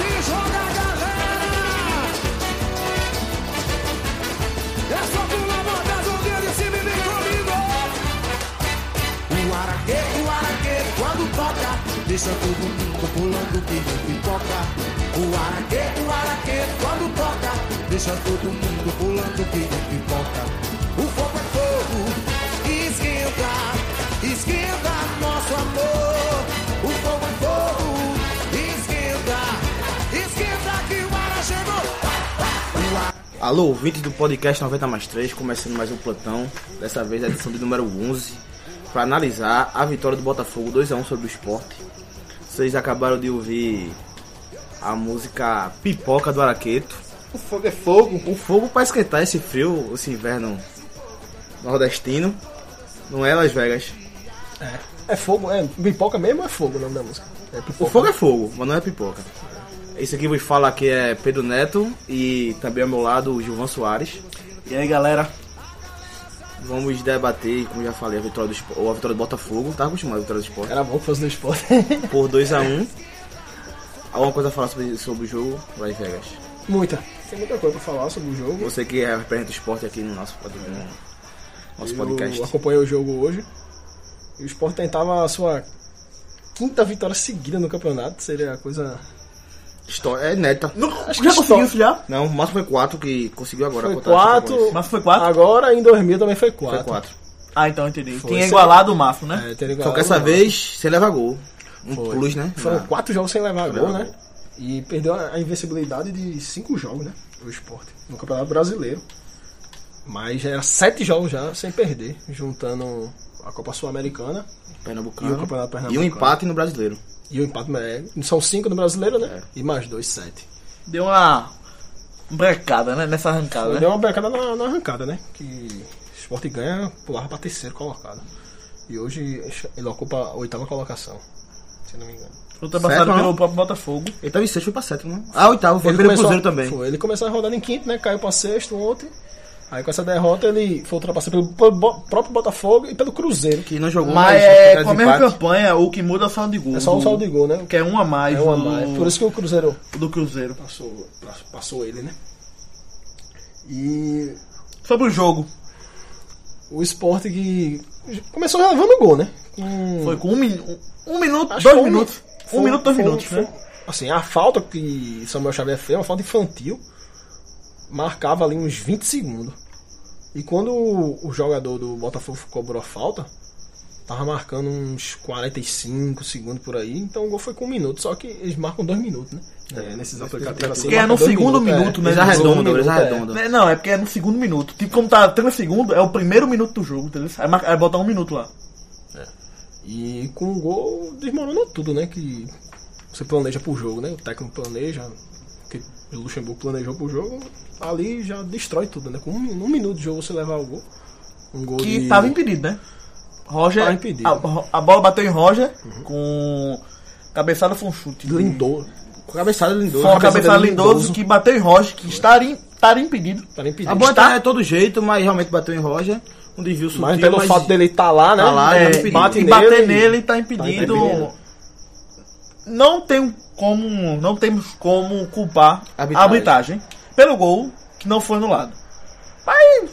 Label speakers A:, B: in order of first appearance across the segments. A: É
B: de Santo Domingo pulando que nem pipoca. O araquê, o araquê, quando toca, deixa todo mundo pulando que nem pipoca. O fogo é fogo, esquenta, esquenta nosso amor. O fogo é fogo, esquenta, esquenta que o ara chegou. O ara...
C: Alô, ouvinte do podcast 90 mais 3, começando mais um plantão, dessa vez a edição de número 11, para analisar a vitória do Botafogo 2x1 sobre o esporte. Vocês acabaram de ouvir a música Pipoca do Araqueto.
D: O fogo é fogo.
C: O fogo para esquentar esse frio, esse inverno nordestino, não é Las Vegas.
D: É fogo, é. Pipoca mesmo é fogo o nome da música. É
C: O
D: pipoca.
C: fogo é fogo, mas não é pipoca. Esse aqui vos fala que é Pedro Neto e também ao meu lado o Gilvan Soares.
A: E aí galera,
C: Vamos debater, como já falei, a vitória do, Espo- ou a vitória do Botafogo. Tá acostumado a vitória do esporte.
D: Era bom que fosse do esporte.
C: Por
D: É.
C: 2x1. Alguma coisa a falar sobre, sobre o jogo? Las Vegas.
D: muita. Tem muita coisa pra falar sobre o jogo.
C: Você que é representa o esporte aqui no nosso, pod- no nosso podcast.
D: Eu acompanhei o jogo hoje. E o Sport tentava a sua quinta vitória seguida no campeonato. Seria a coisa.
C: Histó- É neta.
D: Acho
A: já conseguiu
D: só-
A: isso já?
C: Não, o máximo foi 4 que conseguiu agora.
D: Foi
C: a contagem
D: quatro.
C: japonesa.
A: Mas foi quatro?
D: Agora em 2000 também foi
C: Foi
D: 4.
C: 4.
A: Ah, então entendi.
D: Foi,
A: Tinha
D: sim.
A: igualado o máximo, né?
D: É, teria
C: Só
D: igualado,
C: que essa
D: né?
C: vez você leva gol. Um plus, né?
D: Foram
C: Na-
D: quatro jogos sem levar
C: Sem
D: gol,
C: levar
D: né? E perdeu a invencibilidade de cinco jogos, né? O esporte. No Campeonato Brasileiro. Mas já era sete jogos já sem perder, juntando a Copa Sul-Americana
C: Pernambucano.
D: E o
C: E
D: Campeonato
C: um
D: Pernambucano.
C: empate no brasileiro.
D: e o empate. né? São cinco no Brasileiro, né? E mais dois, sete.
A: Deu uma brecada, né? Nessa arrancada, né?
D: Deu uma becada na, na arrancada, né? Que o esporte ganha, pulava pra terceiro colocado. E hoje ele ocupa a oitava colocação, se não me engano.
A: Ultrapassado
C: Certo, não?
A: pelo próprio Botafogo.
C: Ele tava em sexto, foi pra sétimo, né? Ah, oitavo, foi pelo Cruzeiro também.
D: Foi, ele começou a rodada em quinto, né? Caiu pra sexto ontem. Aí com essa derrota ele foi ultrapassado pelo, pelo bo- próprio Botafogo e pelo Cruzeiro.
C: Que não jogou,
A: Mas
C: só
A: é,
C: fez
A: com a mesma
C: empate.
A: campanha, o que muda é o saldo de gol.
D: É
C: Uhum.
D: só um
A: do-
D: saldo de gol, né?
A: Que é um a mais,
D: É uma
A: do,
D: mais. Por isso que o Cruzeiro
A: do Cruzeiro.
D: passou, passou ele, né? E
A: Sobre o jogo.
D: o esporte que começou levando gol, né? Com-
A: Foi com um, min- um minuto,
D: Acho que
A: dois
D: foi
A: minutos.
D: foi-
A: um minuto, dois
D: foi-
A: minutos,
D: foi-
A: né?
D: Assim, a falta que Samuel Xavier fez, é uma falta infantil, marcava ali uns 20 segundos. E quando o o jogador do Botafogo cobrou a falta, tava marcando uns 45 segundos por aí, então o gol foi com um minuto, só que eles marcam dois minutos, né? É, nesses aplicativos assim.
A: Porque é
D: marca
A: no
D: dois
A: segundo
D: minutos,
A: minuto, né?
C: Eles
A: Eles
C: arredondam, eles
D: minutos, é.
C: arredondam.
A: É, Não, é porque é no segundo minuto. Tipo, como tá 30 segundos, é o primeiro minuto do jogo, entendeu? Aí, marca- aí bota um minuto lá.
D: E com o gol desmoronou tudo, né? Que você planeja pro jogo, né? O técnico planeja, que o Luxemburgo planejou pro jogo, ali já destrói tudo, né? Com um, um minuto de jogo você levar o gol. Um gol
A: Que
D: de...
A: tava impedido, né? Roger.
D: Tava impedido.
A: A, a bola bateu em Roger com. Cabeçada foi um chute.
D: de Lindoso.
C: Com a cabeçada do Lindoso.
A: Foi uma
D: cabeçada
A: cabeçada
D: de
A: lindoso,
D: Lindoso.
A: que bateu em Roger, que estaria, estaria impedido.
D: Tava impedido.
C: A bola
A: Está-
C: tá de todo jeito, mas realmente bateu em Roger. Um desvio sutil,
D: Mas pelo fato dele estar tá lá, né?
C: Tá lá,
D: é,
C: tá impedido.
D: bate
A: e
D: nele,
A: bater nele tá impedido.
D: impedido.
A: Não tem como. Não temos como culpar
C: Arbitragem.
A: a arbitragem pelo gol que não foi anulado. Mas.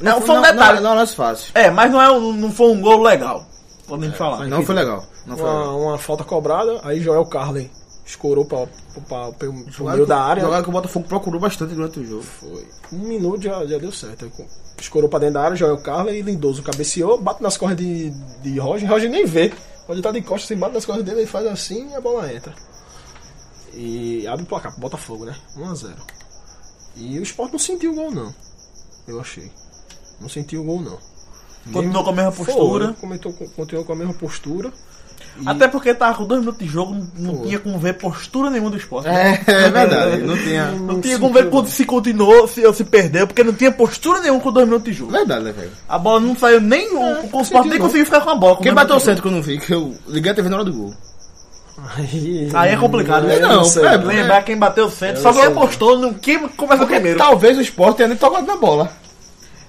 A: Não, foi um detalhe.
C: Não, não, não é fácil.
A: É, mas não, é, um- não foi um gol legal. Podemos falar.
C: Não foi legal. Não foi
D: Uma,
C: legal.
D: uma falta cobrada, aí Joel Carlin escorou pra, pra, pelo pro
C: Jogada
D: meio
C: que-
D: da área.
C: Jogada que o Botafogo procurou bastante durante o jogo.
D: Foi. Um minuto já, já deu certo. Aí, com- Escorou pra dentro da área, Joel Carla e Lindoso cabeceou, bate nas cordas de, de Roger. Roger nem vê. Roger tá de costas, assim, bate nas cordas dele, ele faz assim e a bola entra. E abre o placar pro Botafogo, né? 1x0. E o Sport não sentiu o gol, não. Eu achei. Não sentiu o gol, não.
A: Continuou com a mesma postura.
D: Foi, comentou, com- continuou com a mesma postura.
A: Até porque tava com dois minutos de jogo, não
D: Foi.
A: tinha como ver postura nenhuma do esporte.
C: É, é verdade. Não tinha.
A: Não tinha
D: sentiu,
A: como ver
D: né?
A: quando se continuou, se eu se perdeu, porque não tinha postura nenhuma com dois minutos de jogo.
C: Verdade, né, velho?
A: A bola não saiu nem. o- o Sport nem
C: não.
A: conseguiu ficar com a bola. com
C: Quem
A: dois
C: bateu o
A: minutos de
C: centro que eu não vi, que eu liguei a TV na hora do gol.
D: Aí,
A: jogo. Aí é complicado, né?
C: É, não, é,
A: Lembrar Lembrar quem bateu o centro, só
D: não
A: quem
D: sei,
A: apostou, não, quem começa primeiro.
C: talvez o Sport tenha nem tocado na bola.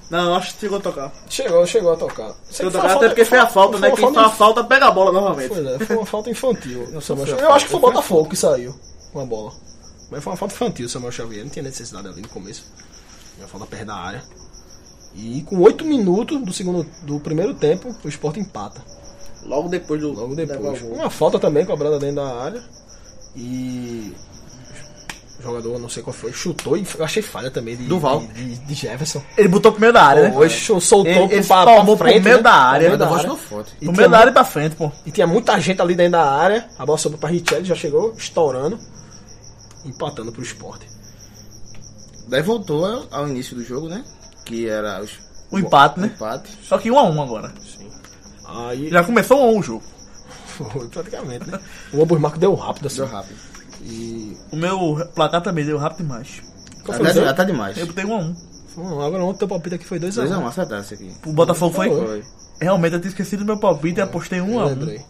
A: Não, acho que chegou a tocar.
D: Chegou, chegou a tocar. Sei
A: Chegou
D: que
A: a
D: foi uma
A: tocar, até porque foi a falta,
D: foi
A: né?
D: uma
A: Quem
D: falta
A: faz a falta pega a bola novamente.
D: Pois é, foi uma falta infantil. o Samuel Xavier. Eu acho que foi o Botafogo que saiu com a bola. Mas foi uma falta infantil, o Samuel Xavier. Não tinha necessidade ali no começo. Uma falta perto da área. E com 8 minutos do segundo do primeiro tempo, o Sport empata.
E: Logo depois do.
D: Logo
E: levar
D: depois.
E: o gol.
D: Uma falta também cobrada dentro da área. E. O jogador, não sei qual foi, chutou e eu achei falha também de,
C: Duval.
D: de, de- de Jefferson.
A: Ele botou pro meio da área, né?
D: Hoje chu- soltou
A: Ele- ele
D: pra-
A: tomou
D: pra
A: pro meio da área. né?
D: Pro meio
A: Da
D: É da
C: voz
D: área.
C: não é forte.
A: Pro meio da área e pra frente, pô. Um
D: E tinha muita gente ali dentro da área. A bola sobrou pra Richelli, já chegou estourando. Empatando pro esporte.
C: Daí voltou ao- ao início do jogo, né? Que era os-
A: O empate,
C: o
A: né?
C: empate.
A: Só que um a um agora.
D: Aí
A: Já começou um a um o jogo.
D: foi, praticamente, né? O Oburmarco deu rápido assim.
C: Deu rápido.
D: E.
A: O meu placar também deu rápido demais.
D: Qual foi o
C: Até,
D: seu?
C: até tá demais.
A: Eu botei um a um.
D: Hum, Agora ontem o teu palpite aqui foi 2x1.
C: 2x1, acertasse aqui.
A: O Botafogo foi?
C: Foi.
A: Realmente eu tinha esquecido do meu palpite e apostei um a um.
D: Lembrei.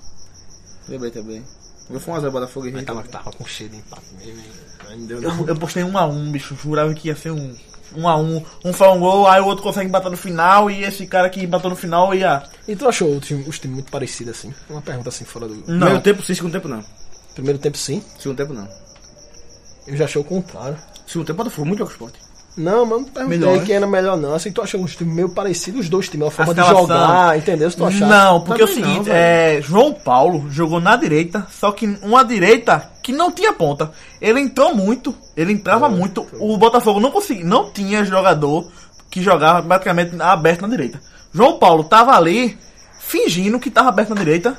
C: Lembrei também. Eu fui 1x0 Botafogo e
D: Aí
C: River.
D: tava, tava com cheiro de empate mesmo. hein? Aí não deu
A: Eu,
D: não.
A: eu postei um a um, bicho. Jurava que ia ser um. Um a um. Um faz um gol, aí o outro consegue bater no final e esse cara que bateu no final ia.
D: E tu achou o time- os times muito parecidos assim? Uma pergunta assim fora do.
A: Não.
C: Primeiro tempo sim, segundo tempo não.
D: Primeiro tempo sim,
C: Segundo tempo não.
D: eu já achei o contrário.
C: Segundo tempo Botafogo, muito jogo esporte.
D: Não, mas não perguntei
A: Melhor, né?
D: quem era melhor não. Assim, tu achou os times meio parecidos, os dois times, a forma de
A: escalação.
D: jogar, entendeu? Se tu achar.
A: Não, porque é o
C: Também não,
A: seguinte,
C: velho.
A: é, João Paulo jogou na direita, só que uma direita que não tinha ponta. Ele entrou muito, ele entrava muito. O Botafogo não conseguia, não tinha jogador que jogava praticamente aberto na direita. João Paulo tava ali fingindo que tava aberto na direita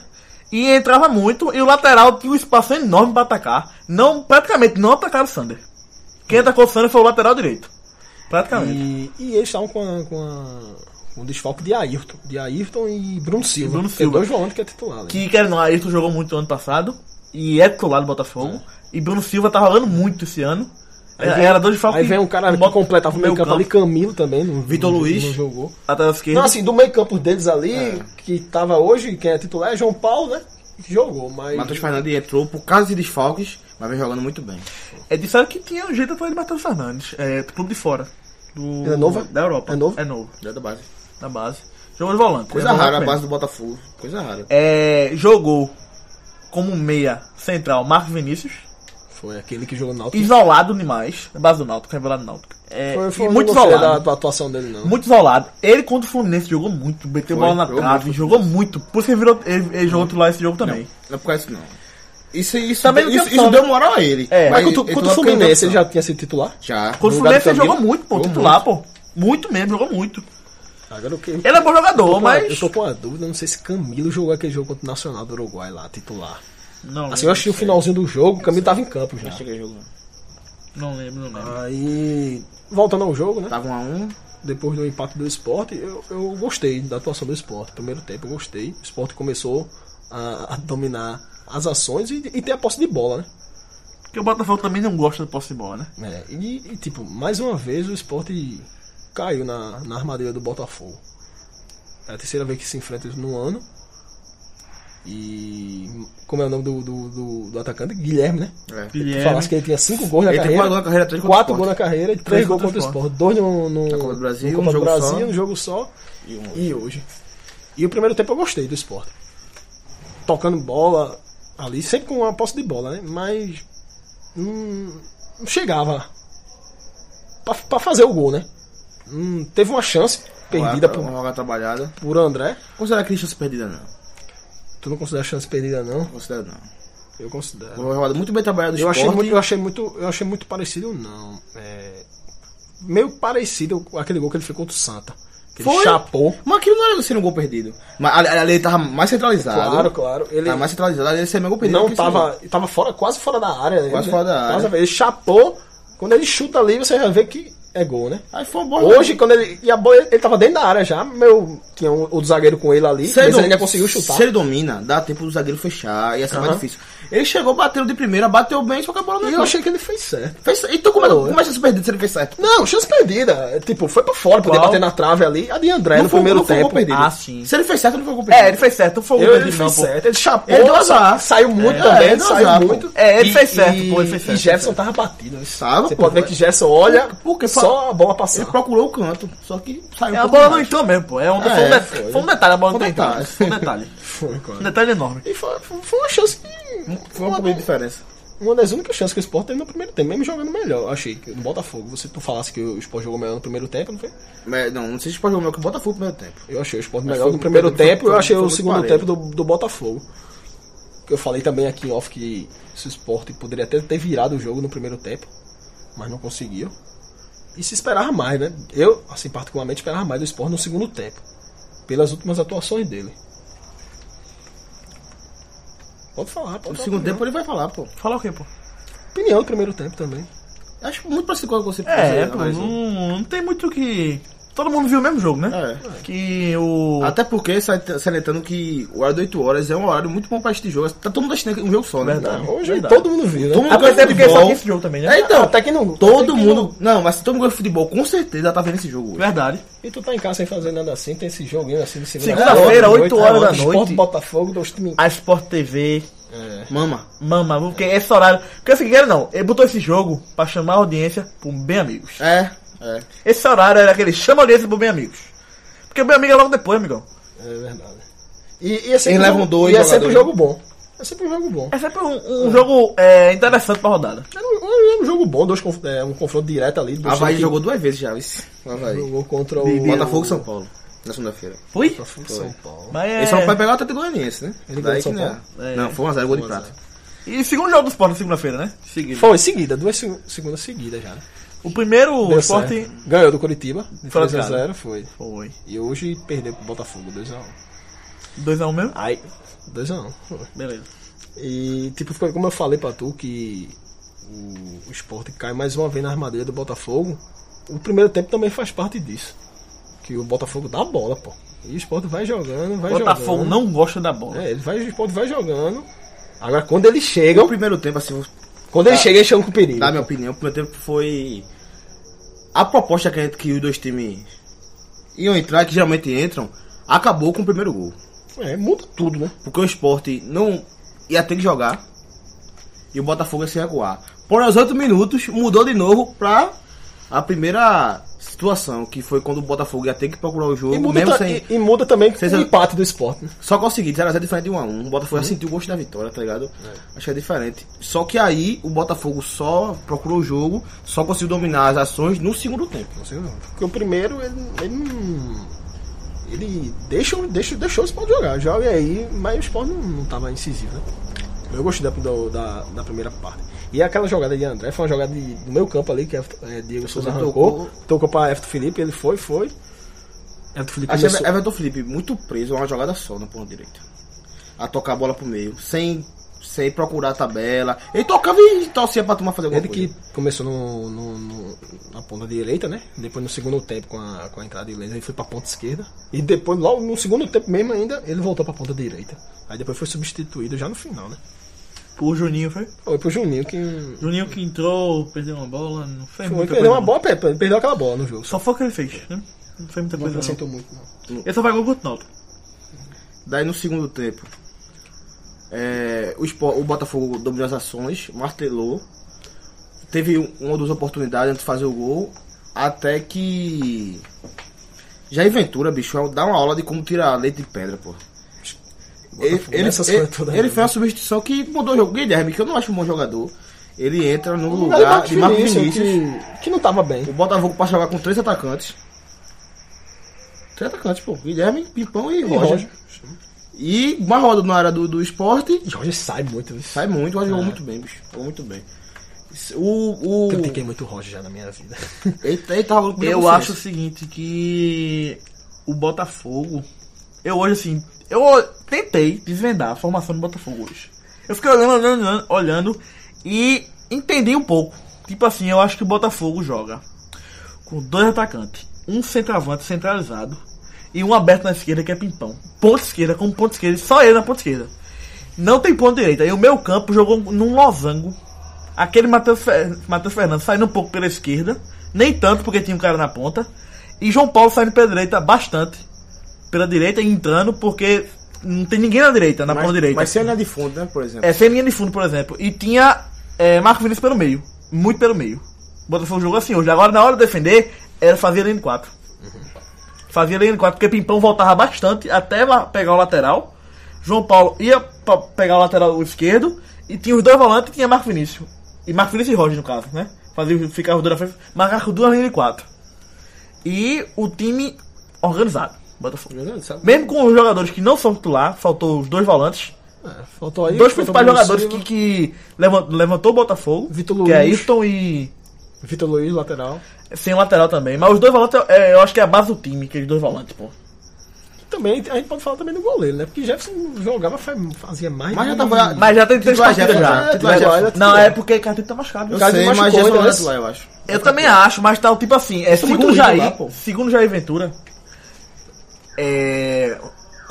A: e entrava muito e o lateral tinha um espaço enorme pra atacar. Não, praticamente não atacaram o Sander. Quem atacou o Sander foi o lateral direito. Praticamente.
D: E, e eles estavam com, a- com, a- com o desfalque de Ayrton. De Ayrton e Bruno Silva.
A: Bruno
D: Tem
A: Silva.
D: dois volantes que é titular. né?
A: Que quer não, Ayrton jogou muito ano passado e é titular do Botafogo. E Bruno Silva tá jogando muito esse ano. Era, era dois de
D: Aí vem um cara que é completava o meio campo ali, Camilo também. não-
C: Vitor
D: não-
C: Luiz.
D: Não jogou.
A: Atrás esquerda.
D: Não, assim, do meio campo deles ali, que tava hoje, quem é titular é João Paulo, né? Que jogou, mas.
C: Matheus Fernandes entrou por causa de desfalques, mas vem jogando muito bem.
A: É disseram que tinha um jeito atrás de Matheus Fernandes. É do clube de fora. Do,
D: Ele é novo?
A: Da Europa.
D: É novo?
A: É novo.
C: Já da base.
A: Na base. Jogou de volante.
C: Coisa
A: é volante
C: rara a
A: mesmo.
C: base do Botafogo. Coisa rara.
A: É, jogou como meia central Marcos Vinícius.
D: Foi aquele que jogou no Náutico.
A: Isolado demais. Na base do Náutico, revelado no Náutico. É,
D: Foi, foi
A: e
D: eu
A: muito
D: não gostei
A: isolado.
D: da, da atuação dele, não.
A: Muito isolado. Ele contra o Fluminense jogou muito, meteu
C: Foi,
A: bola na
C: jogou
A: trave,
C: muito.
A: jogou muito. Por isso que ele, virou, ele, ele jogou outro lá esse jogo também.
C: Não é por causa disso, não. Isso, isso,
A: Também não tem
C: isso,
A: opção,
C: isso deu moral a ele.
A: É.
D: Mas contra, contra o Fluminense, ele já tinha sido titular?
C: Já.
A: Contra o
D: No lugar do
A: Fluminense ele
D: Camilo,
A: jogou muito, pô, titular, pô. Muito mesmo, jogou muito.
D: Agora o que?
A: Ele é bom jogador,
D: Eu
A: mas.
D: tô com uma dúvida, não sei se Camilo jogou aquele jogo contra o Nacional do Uruguai lá, titular.
A: Não,
D: Assim, eu achei o finalzinho do jogo, o Camilo tava em campo já.
C: Chega jogo.
A: não lembro, não lembro.
D: Aí, voltando ao jogo, né?
C: Tava 1 a 1
D: depois do empate do esporte, eu, eu gostei da atuação do esporte. Primeiro tempo eu gostei. O esporte começou a, a dominar as ações e, e ter a posse de bola,
A: Porque o Botafogo também não gosta do posse de bola, né?
D: né? É, e, e, tipo, mais uma vez o esporte caiu na, na armadilha do Botafogo. É a terceira vez que se enfrenta isso no ano. E como é o nome do, do, do- do atacante? Guilherme, né?
C: É.
D: Tu
A: Guilherme.
D: falasse que ele tinha cinco gols na
C: Ele tem
D: carreira.
C: 4 gols na carreira, 3 contra
D: quatro
C: o
D: gols na
C: Sport.
D: carreira e
A: Três
D: três gols contra o Sport. Dois no, no, na
C: Copa do Brasil,
D: Copa
C: um
D: do
C: jogo
D: Brasil,
C: só.
D: no jogo só
C: E um hoje.
D: e hoje. E o primeiro tempo eu gostei do Sport. Tocando bola ali, sempre com uma posse de bola, né? Mas hum, não chegava pra, pra fazer o gol, né? Hum, teve uma chance perdida
C: Uma- Uma
D: por,
C: jogada trabalhada.
D: por André.
C: Considera aquele chance perdida, não.
D: Tu não considera chance perdida, não?
C: Não considero, não.
D: Eu considero.
C: Uma jogada muito bem trabalhada do
D: Eu achei,
C: Sport.
D: muito, eu, achei muito, eu achei muito parecido, não. É, meio parecido com aquele gol que ele fez contra o Santa. Que ele
C: Foi?
D: chapou.
C: Mas aquilo não era sendo um gol perdido. Mas ali, ali ele tava mais centralizado.
D: Claro, Ah, claro. Ele
C: Tava mais centralizado. Ali ele seria gol perdido.
D: não
C: que esse
D: tava. Tava fora, quase fora da área. né?
C: Quase fora da área.
D: Quase fora. Ele chapou. Quando ele chuta ali, você já vê que é gol, né?
C: Aí foi um bom
D: Hoje, quando ele. E a bola, ele tava dentro da área já. Meu, tinha um, outro zagueiro com ele ali.
C: Se ele,
D: mas
C: dom-
D: ele ainda conseguiu chutar.
C: se ele domina, dá tempo do zagueiro fechar e essa é mais
D: Aham.
C: difícil. Ele chegou, bateu de primeira, bateu bem, só que a bola não
D: E eu
C: entrou.
D: achei que ele fez certo.
C: Fez- Então como é,
D: Pô,
C: como é chance perdida se ele fez certo?
D: Não, chance perdida. Tipo, foi pra fora, podia
A: Qual?
D: bater na trave ali. A de André
C: Não
D: no
C: foi-
D: primeiro
C: não foi gol
D: tempo.
C: perdido.
A: Ah, sim.
C: Se ele fez certo, não foi gol perdido.
A: É, ele fez certo, não foi o
D: Eu,
A: gol
D: ele
A: dele, não,
D: fez
A: pô.
D: certo, ele chapou,
C: Ele deu azar.
D: saiu muito
C: É,
D: também,
C: ele deu
D: saiu
C: azar, pô.
D: muito.
A: É, ele
D: E-
A: fez certo,
D: e,
A: pô, ele fez certo, Ah,
D: E Jefferson tava batido. ele
C: Tava,
D: Você
C: pô,
D: pode ver
C: mas-
A: né?
D: que Jefferson olha
C: Porque
D: só a bola passar.
C: Ele procurou o canto, só que saiu
A: É,
C: um
A: a
C: pouco
A: bola não
C: mais.
A: entrou mesmo, pô. É um,
C: É,
A: foi, um de-
C: foi.
A: foi um detalhe, a bola não
C: Foi um
A: entrou.
C: detalhe.
A: Foi um detalhe.
D: Foi, cara.
A: um detalhe enorme.
D: E foi, foi uma chance que.
C: Foi um pouco de diferença.
D: uma das únicas chances que o Sport teve no primeiro tempo, mesmo jogando melhor. Eu achei que no Botafogo, você tu falasse que o Sport jogou melhor no primeiro tempo, não foi?
C: Mas, não, não sei se pode jogar o que o Botafogo no primeiro tempo.
D: Eu achei o Sport
C: Mas
D: melhor
C: foi
D: no
C: um
D: primeiro
C: primeiro
D: tempo,
C: tempo
D: eu achei
C: foi
D: o
C: muito
D: segundo
C: parelho.
D: tempo do, do Botafogo. Eu falei também aqui em off que se o Sport poderia até ter virado o jogo no primeiro tempo, mas não conseguiu. E se esperava mais, né? Eu, assim, particularmente esperava mais do Sport no segundo tempo, pelas últimas atuações dele. Pode falar, pode
C: No
D: falar.
C: segundo tempo ele vai falar, pô.
A: Falar o quê, pô?
D: Opinião do primeiro tempo também.
C: Acho muito parecido com o que você
A: É,
C: você
A: pô,
C: analisou.
A: não, não tem muito o que. Todo mundo viu o mesmo jogo, né?
C: É.
A: Que o.
C: Até porque, sali- salientando que o horário de 8 horas é um horário muito bom pra assistir jogo. Tá todo mundo assistindo um jogo só, né?
A: Verdade.
D: Hoje
A: Verdade.
D: todo mundo viu, né?
C: Todo mundo
A: Até
C: gosta de
A: porque só
C: futebol.
A: tem esse jogo também, né?
C: É, então,
D: Até que não.
C: todo
D: até que
C: mundo... Não. mas se todo mundo gosta de futebol, com certeza tá vendo esse jogo hoje.
A: Verdade.
D: E tu tá em casa sem fazer nada assim, tem esse joguinho assim de
A: Segunda-feira,
D: à
A: oito horas da
D: Sport
A: noite. Ah.
D: Botafogo, dois times. É.
A: A Sport TV,
C: Mama.
A: mama, porque esse horário. Porque assim, quero não, ele botou esse jogo pra chamar a audiência pro Bem Amigos.
C: É, é.
A: Esse horário era aquele chama a audiência pro Bem Amigos. Porque o Bem Amigo é logo depois, amigão.
D: É verdade. E, e é sempre
C: Eles
D: um
C: levam
D: jogo-
C: dois
D: E é sempre um
C: jogadores.
D: jogo bom. É sempre um jogo bom.
A: É sempre um, um jogo é, interessante pra rodada.
D: É um, é um jogo bom, dois, conf- é, um confronto direto ali. do
C: A Havaí
D: time que
C: jogou duas vezes já, isso. Havaí.
D: Jogou contra o
A: De- de-
C: Botafogo e São Paulo, na segunda-feira.
A: Fui?
D: Botafogo e São Paulo.
A: Mas é...
C: Ele só vai pegar o Atlético Goianiense, né?
D: Ele ganhou
C: Daí
D: de São
C: que
D: Paulo.
C: não.
A: É.
C: Não, foi um azar, gol de prata.
A: E segundo jogo do Sport na segunda-feira, né? Seguido.
D: Foi seguida, duas seg- segundas seguidas já. né?
A: O primeiro o
D: Deu
A: Sport.
D: certo. ganhou do Curitiba, de
A: Fora de
D: 3 a
A: casa.
D: 0 foi.
A: Foi.
D: E hoje perdeu pro Botafogo, 2x1.
A: 2x1 mesmo?
D: Ai. 2x1. foi.
A: Beleza.
D: E, tipo, foi como eu falei pra tu, que o, o esporte cai mais uma vez na armadilha do Botafogo. O primeiro tempo também faz parte disso. Que o Botafogo dá a bola, pô. E o esporte vai jogando, vai
A: O Botafogo
D: jogando.
A: não gosta da bola.
D: né? É, ele vai, o esporte vai jogando. Agora, quando eles
C: No
D: chegam,
C: primeiro tempo, assim, vou
D: quando eles chegam, eles chegam com perigo.
C: dar minha opinião, o primeiro tempo foi... A proposta que, que os dois times iam entrar, que geralmente entram, acabou com o primeiro gol.
D: É, muda tudo, né?
C: Porque o esporte não ia ter que jogar e o Botafogo ia se recuar. Por aos 8 minutos, mudou de novo pra a primeira situação, que foi quando o Botafogo ia ter que procurar o jogo,
D: E muda,
C: mesmo
D: ta-
C: sem.
D: e- e muda também
C: sem
D: o
C: ser-
D: empate do esporte. Né?
C: Só que é o seguinte, era 0 diferente de 1x1. O Botafogo
D: Uhum.
C: já sentiu o gosto da vitória, tá ligado? Acho que é diferente. Só que aí o Botafogo só procurou o jogo, só conseguiu dominar as ações no segundo tempo.
D: Porque o primeiro, ele, ele não. Ele deixa, deixa, deixou o Sport jogar, joga aí, mas o Sport não, não tava incisivo, né? Eu gostei da, do- da, da primeira parte. E aquela jogada de André foi uma jogada de- do meu campo ali, que é, é, Diego
C: Souza
D: Souza arrancou,
C: tocou.
D: tocou, pra Everton Felipe, ele foi, foi. Everton Felipe
C: Achei
D: começou-
C: Everton Felipe muito preso a uma jogada só na ponta direita. A tocar a bola pro meio, sem, sem procurar a tabela. Ele tocava e torcia pra turma fazer alguma
D: Ele que
C: coisa.
D: começou no, no- no- na ponta direita, né? Depois no segundo tempo com a, com a entrada de Lenz, ele foi pra ponta esquerda. E depois, logo no segundo tempo mesmo ainda, ele voltou pra ponta direita. Aí depois foi substituído já no final, né?
A: O Juninho foi?
D: Foi pro Juninho que.
A: Juninho que entrou, perdeu uma bola, não fez
D: Foi,
A: muita coisa,
D: perdeu uma
A: não.
D: bola, pe- pe- perdeu aquela bola no jogo.
A: Só
D: Só
A: foi o que ele fez, né? Não fez muita
D: não
A: coisa.
D: acrescentou
A: Não.
D: muito, não.
A: Ele só pagou contra o Náutico.
C: Daí no segundo tempo, é, o, Spo- o Botafogo dominou as ações, martelou. Teve um- uma ou duas oportunidades antes de fazer o gol. Até que. Já Ventura, bicho, é dá uma aula de como tirar leite de pedra, pô. Ele,
D: Botafogo,
C: ele,
D: essas
C: ele-
D: coisas todas,
C: ele
D: né?
C: fez uma substituição que mudou o jogo. Guilherme, que eu não acho um bom jogador. Ele entra no
D: O
C: lugar de Marco Vinícius.
D: é que, que não tava bem.
C: O Botafogo passa a jogar com três atacantes. Três atacantes, pô. Guilherme, Pimpão e,
D: E
C: Roger.
D: Roger.
C: E uma roda na área do, do esporte.
D: Roger sai muito. viu?
C: Sai muito, o Roger
A: É.
C: jogou muito bem, bicho. Jogou muito bem. O. o...
D: Critiquei muito o Roger já na minha vida.
C: Ele, ele tava com
D: é
A: Eu
C: consciência.
A: acho o seguinte, que o Botafogo. Eu hoje assim, eu tentei desvendar a formação do Botafogo hoje. Eu fiquei olhando, olhando, olhando, olhando e entendi um pouco. Tipo assim, eu acho que o Botafogo joga com dois atacantes, um centroavante centralizado e um aberto na esquerda que é Pimpão. Ponta esquerda com ponta esquerda, só ele na ponta esquerda. Não tem ponta direita. E o meu campo jogou num losango. Aquele Matheus Fer- Matheus Fernandes saindo um pouco pela esquerda, nem tanto porque tinha um cara na ponta. E João Paulo saindo pela direita bastante. Pela direita e entrando porque não tem ninguém na direita, na ponta direita.
C: Mas sem olhar de fundo, né, por exemplo.
A: É, sem linha de fundo, por exemplo. E tinha é, Marco Vinícius pelo meio. Muito pelo meio. O Botafogo jogou assim hoje. Agora, na hora de defender, era fazer lane 4. Fazia lane 4, porque Pimpão voltava bastante até lá pegar o lateral. João Paulo ia pra pegar o lateral esquerdo. E tinha os dois volantes e tinha Marco Vinícius. E Marco Vinícius e Roger, no caso, né? Fazia, ficava os dois na frente, marcava com duas linhas de quatro. E o time organizado, Botafogo.
D: Grande, É sabe?
A: Mesmo com os jogadores que não são titular, faltou os dois volantes.
D: É, faltou aí.
A: dois
D: faltou
A: principais
D: Bruno
A: jogadores que,
D: Silva,
A: que levan- levantou o Botafogo,
D: Vitor
A: que é
D: Luiz.
A: Ayrton e
D: Vitor Luiz, lateral.
A: sem lateral também. Mas os dois volantes, é, eu acho que é a base do time, aqueles dois volantes, pô.
D: E também a gente pode falar também do goleiro, né? Porque Jefferson jogava, faz- fazia mais.
C: Mas já
D: de- um
C: tava-
A: Mas já tem três
C: Titular
A: partidas
C: Jefferson,
A: já.
C: né?
A: Titular
D: Titular
A: Jefferson.
D: Jefferson.
A: Não, é porque Cartito tá machucado.
C: Eu
A: Cara,
C: sei,
D: machucou,
C: mas Gerson
D: então
A: né?
C: não é
D: esse-
C: titular, eu acho.
A: Eu também acho, mas tá tipo assim, é, segundo
D: muito
A: Jair,
D: ruim lá, pô.
A: segundo Jair Ventura, é,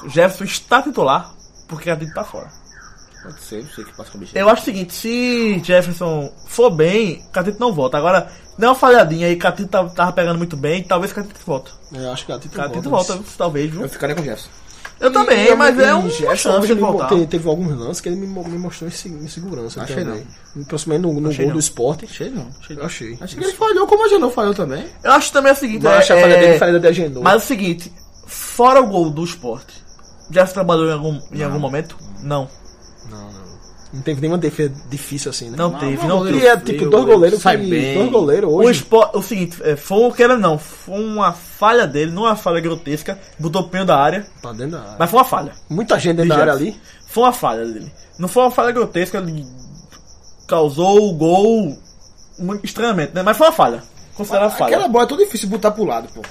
A: Jefferson está titular porque Cartito tá fora.
C: Pode ser, não sei o que passa com o bicho.
A: Eu acho o seguinte, se Jefferson for bem, Catito não volta. Agora, não é uma falhadinha aí, Catito tava, tava pegando muito bem, talvez Catito volte.
D: Eu acho que Gatito
A: Catito volta, talvez, viu?
C: Eu ficaria com o Jefferson.
A: Eu também,
D: E-
A: mas
D: e
A: é um
D: Gerson,
A: chance de
D: ele mo-
A: voltar.
D: te- teve alguns lances que ele me, mo- me mostrou em se- em segurança.
C: Achei
D: também. Principalmente no, no
A: Achei
D: gol
A: não.
D: do esporte.
C: Achei não.
D: Eu achei.
C: Acho que ele falhou, como a Genoa falhou também.
A: Eu acho também o seguinte,
D: Não
A: é-
D: acho a falha
A: é-
D: dele falha de Agenor.
A: Mas é o seguinte, fora o gol do esporte, Jefferson trabalhou em algum, em algum momento? Não.
D: Não, não. Não teve nenhuma defesa difícil assim, né?
A: Não,
C: Não,
A: teve,
C: não,
A: não
C: goleiro
A: teve.
D: E é tipo
C: frio,
D: dois
C: goleiro
D: goleiros
C: sai
D: que,
C: bem.
D: dois goleiros
A: O,
D: hoje.
A: espo- o seguinte, é, foi o que era não, foi uma falha dele, não é uma falha grotesca, botou o pneu da área,
D: Tá dentro da área.
A: mas foi uma falha.
D: Muita gente dentro
A: De
D: da área
A: Jefferson.
D: ali.
A: Foi uma falha dele. Não foi uma falha grotesca, ele causou o gol mu- estranhamente, né? Mas foi uma falha.
D: Ah,
A: Considerada falha.
C: Aquela bola é tão difícil de botar pro lado, pô.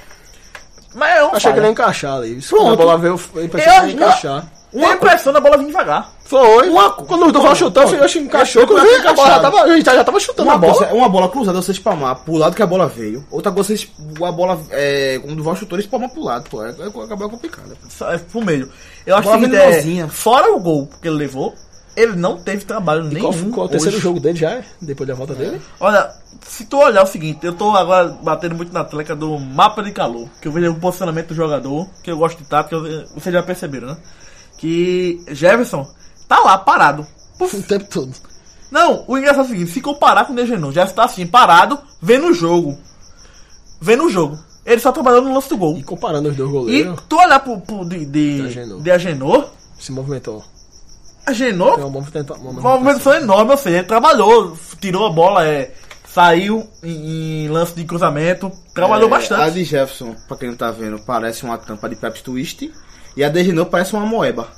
A: Mas é uma
D: Achei que
A: falha.
D: ele ia encaixar ali. Se
A: Pronto.
D: a bola veio, eu pensei que ele ia
A: Eu-
D: encaixar.
A: Uma impressão É, da bola vir devagar.
D: Foi. Quando o Duval chutou, eu acho que encaixou. Quando eu vi, a bola já tava, a gente já tava chutando
C: Uma
D: a bola.
C: Coisa, uma bola cruzada, você espalmar pro lado que a bola veio. Outra coisa, você es- a bola, é, como o Duval chutou, ele espalmar pro lado, pô. É, é, acabou complicada, pô.
A: Só- é, Pro meio. Eu acho
C: Bola
A: que
C: vindo
A: é,
C: nozinha.
A: fora o gol que ele levou, ele não teve trabalho nenhum.
D: Qual, foi- qual é o terceiro
A: hoje.
D: jogo dele já? é? Depois da volta dele?
A: Olha, se tu olhar o seguinte, eu tô agora batendo muito na tleca do mapa de calor, que eu vejo o posicionamento do jogador, que eu gosto de tática, eu- vocês já perceberam, né? Que Jefferson tá lá parado.
D: O Um tempo todo.
A: Não, o engraçado é o seguinte, se comparar com o Degenon, Jefferson tá assim, parado, vendo o jogo. Vendo o jogo. Ele só trabalhou no lance do gol.
D: E comparando os dois
A: E
D: goleiros,
A: tu olhar pro, pro de, de,
D: De Agenor.
A: de Agenor,
D: se movimentou.
A: Agenor um
D: Tem um uma movimenta- uma
A: Foi uma
D: movimentação.
A: movimentação enorme, ou seja, ele trabalhou, tirou a bola, é, saiu em, em lance de cruzamento, trabalhou
C: É, A
A: bastante.
C: de Jefferson, pra quem não tá vendo, parece uma tampa de Pepsi Twist. E a de Genoa parece uma moeba.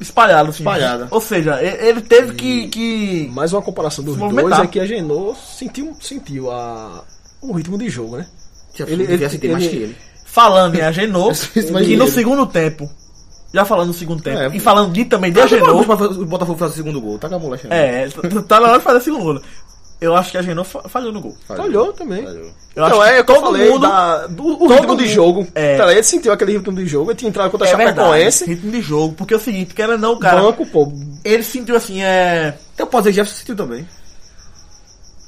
A: Espalhado, sim.
C: Espalhada.
A: Ou seja, e- ele teve que. que-
D: Mais uma comparação dos
A: Se
D: dois
A: movimentar.
D: é que a Genô sentiu, sentiu a, o ritmo de jogo, né?
C: Jefferson
D: Ele-
C: devia
D: ele-
C: sentir mais
D: ele-
C: que ele.
A: Falando em Agenor,
C: Isso, mas
A: e no
C: ele-
A: segundo tempo. Já falando no segundo tempo.
C: É.
A: e falando de também
D: Ah, tá
A: de Agenor.
C: O Botafogo faz o segundo gol. Tá com a molecha. né?
A: É, tá- tá na hora de fazer segundo gol. Eu acho que Agenor fa- falhou no gol.
C: Falhou.
D: Olhou também.
C: Falhou.
A: Eu acho que
D: é, o que eu
A: todo
D: falei
A: mundo-
D: da- do, o
A: todo
D: ritmo de
A: mundo-
D: jogo.
A: É.
D: Tá, ele sentiu aquele ritmo de jogo, ele tinha entrado contra a Chapecoense.
A: ritmo de jogo. Porque é o seguinte, que era não, cara.
D: Banco, pô.
A: Ele sentiu assim, é.
C: Então pode dizer que Jefferson sentiu também.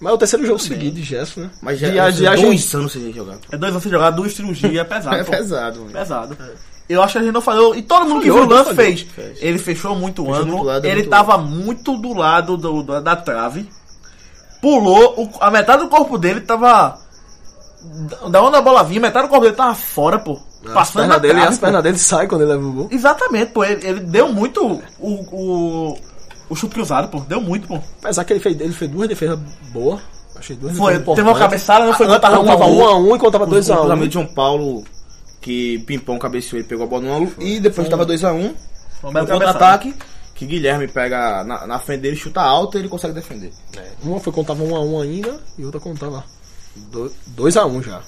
D: Mas é o terceiro jogo seguido de Gerson, né?
C: Mas
D: De- de-
C: Jefferson
D: de-
C: é insano sem ele jogar.
A: É dois anos sem jogar, duas cirurgias, é pesado.
C: É
A: pô.
C: pesado, velho.
A: Pesado. Eu acho que a gente não falhou. E todo mundo que viu
D: Falhou,
A: o lance
D: falhou.
A: fez.
C: Fez.
A: Ele fechou muito o
C: do
A: ângulo.
C: lado,
A: ele
C: muito
A: tava muito do lado do- da, da trave. Pulou. o- a metade do corpo dele tava. da- Da onde a bola vinha, metade do corpo dele tava fora, pô.
D: As
A: Passando na
D: pernas, dele,
A: trave,
D: as
A: pô.
D: pernas dele saem quando ele leva o gol.
A: Exatamente, pô. Ele, ele deu muito o, o, o chute cruzado, pô. Deu muito, pô.
D: Apesar que ele fez, ele fez duas defesas boas. Achei duas
A: Foi,
D: defesas
A: teve uma
D: importantes.
A: cabeçada, não foi
D: Ah,
A: botar
D: Tava
A: pra um.
D: 1x1 e contava
C: Os- É, O cruzamento
D: 2x1.
C: de João Paulo, que Pimpão cabeceou e pegou a bola no ângulo. E depois tava 2x1.
A: Foi
C: Um,
A: uma bela cabeçada.
C: contra-ataque, que Guilherme pega na, na frente dele, chuta alto e ele consegue defender.
D: É, Uma foi contava 1x1 ainda e outra contava 2x1 já.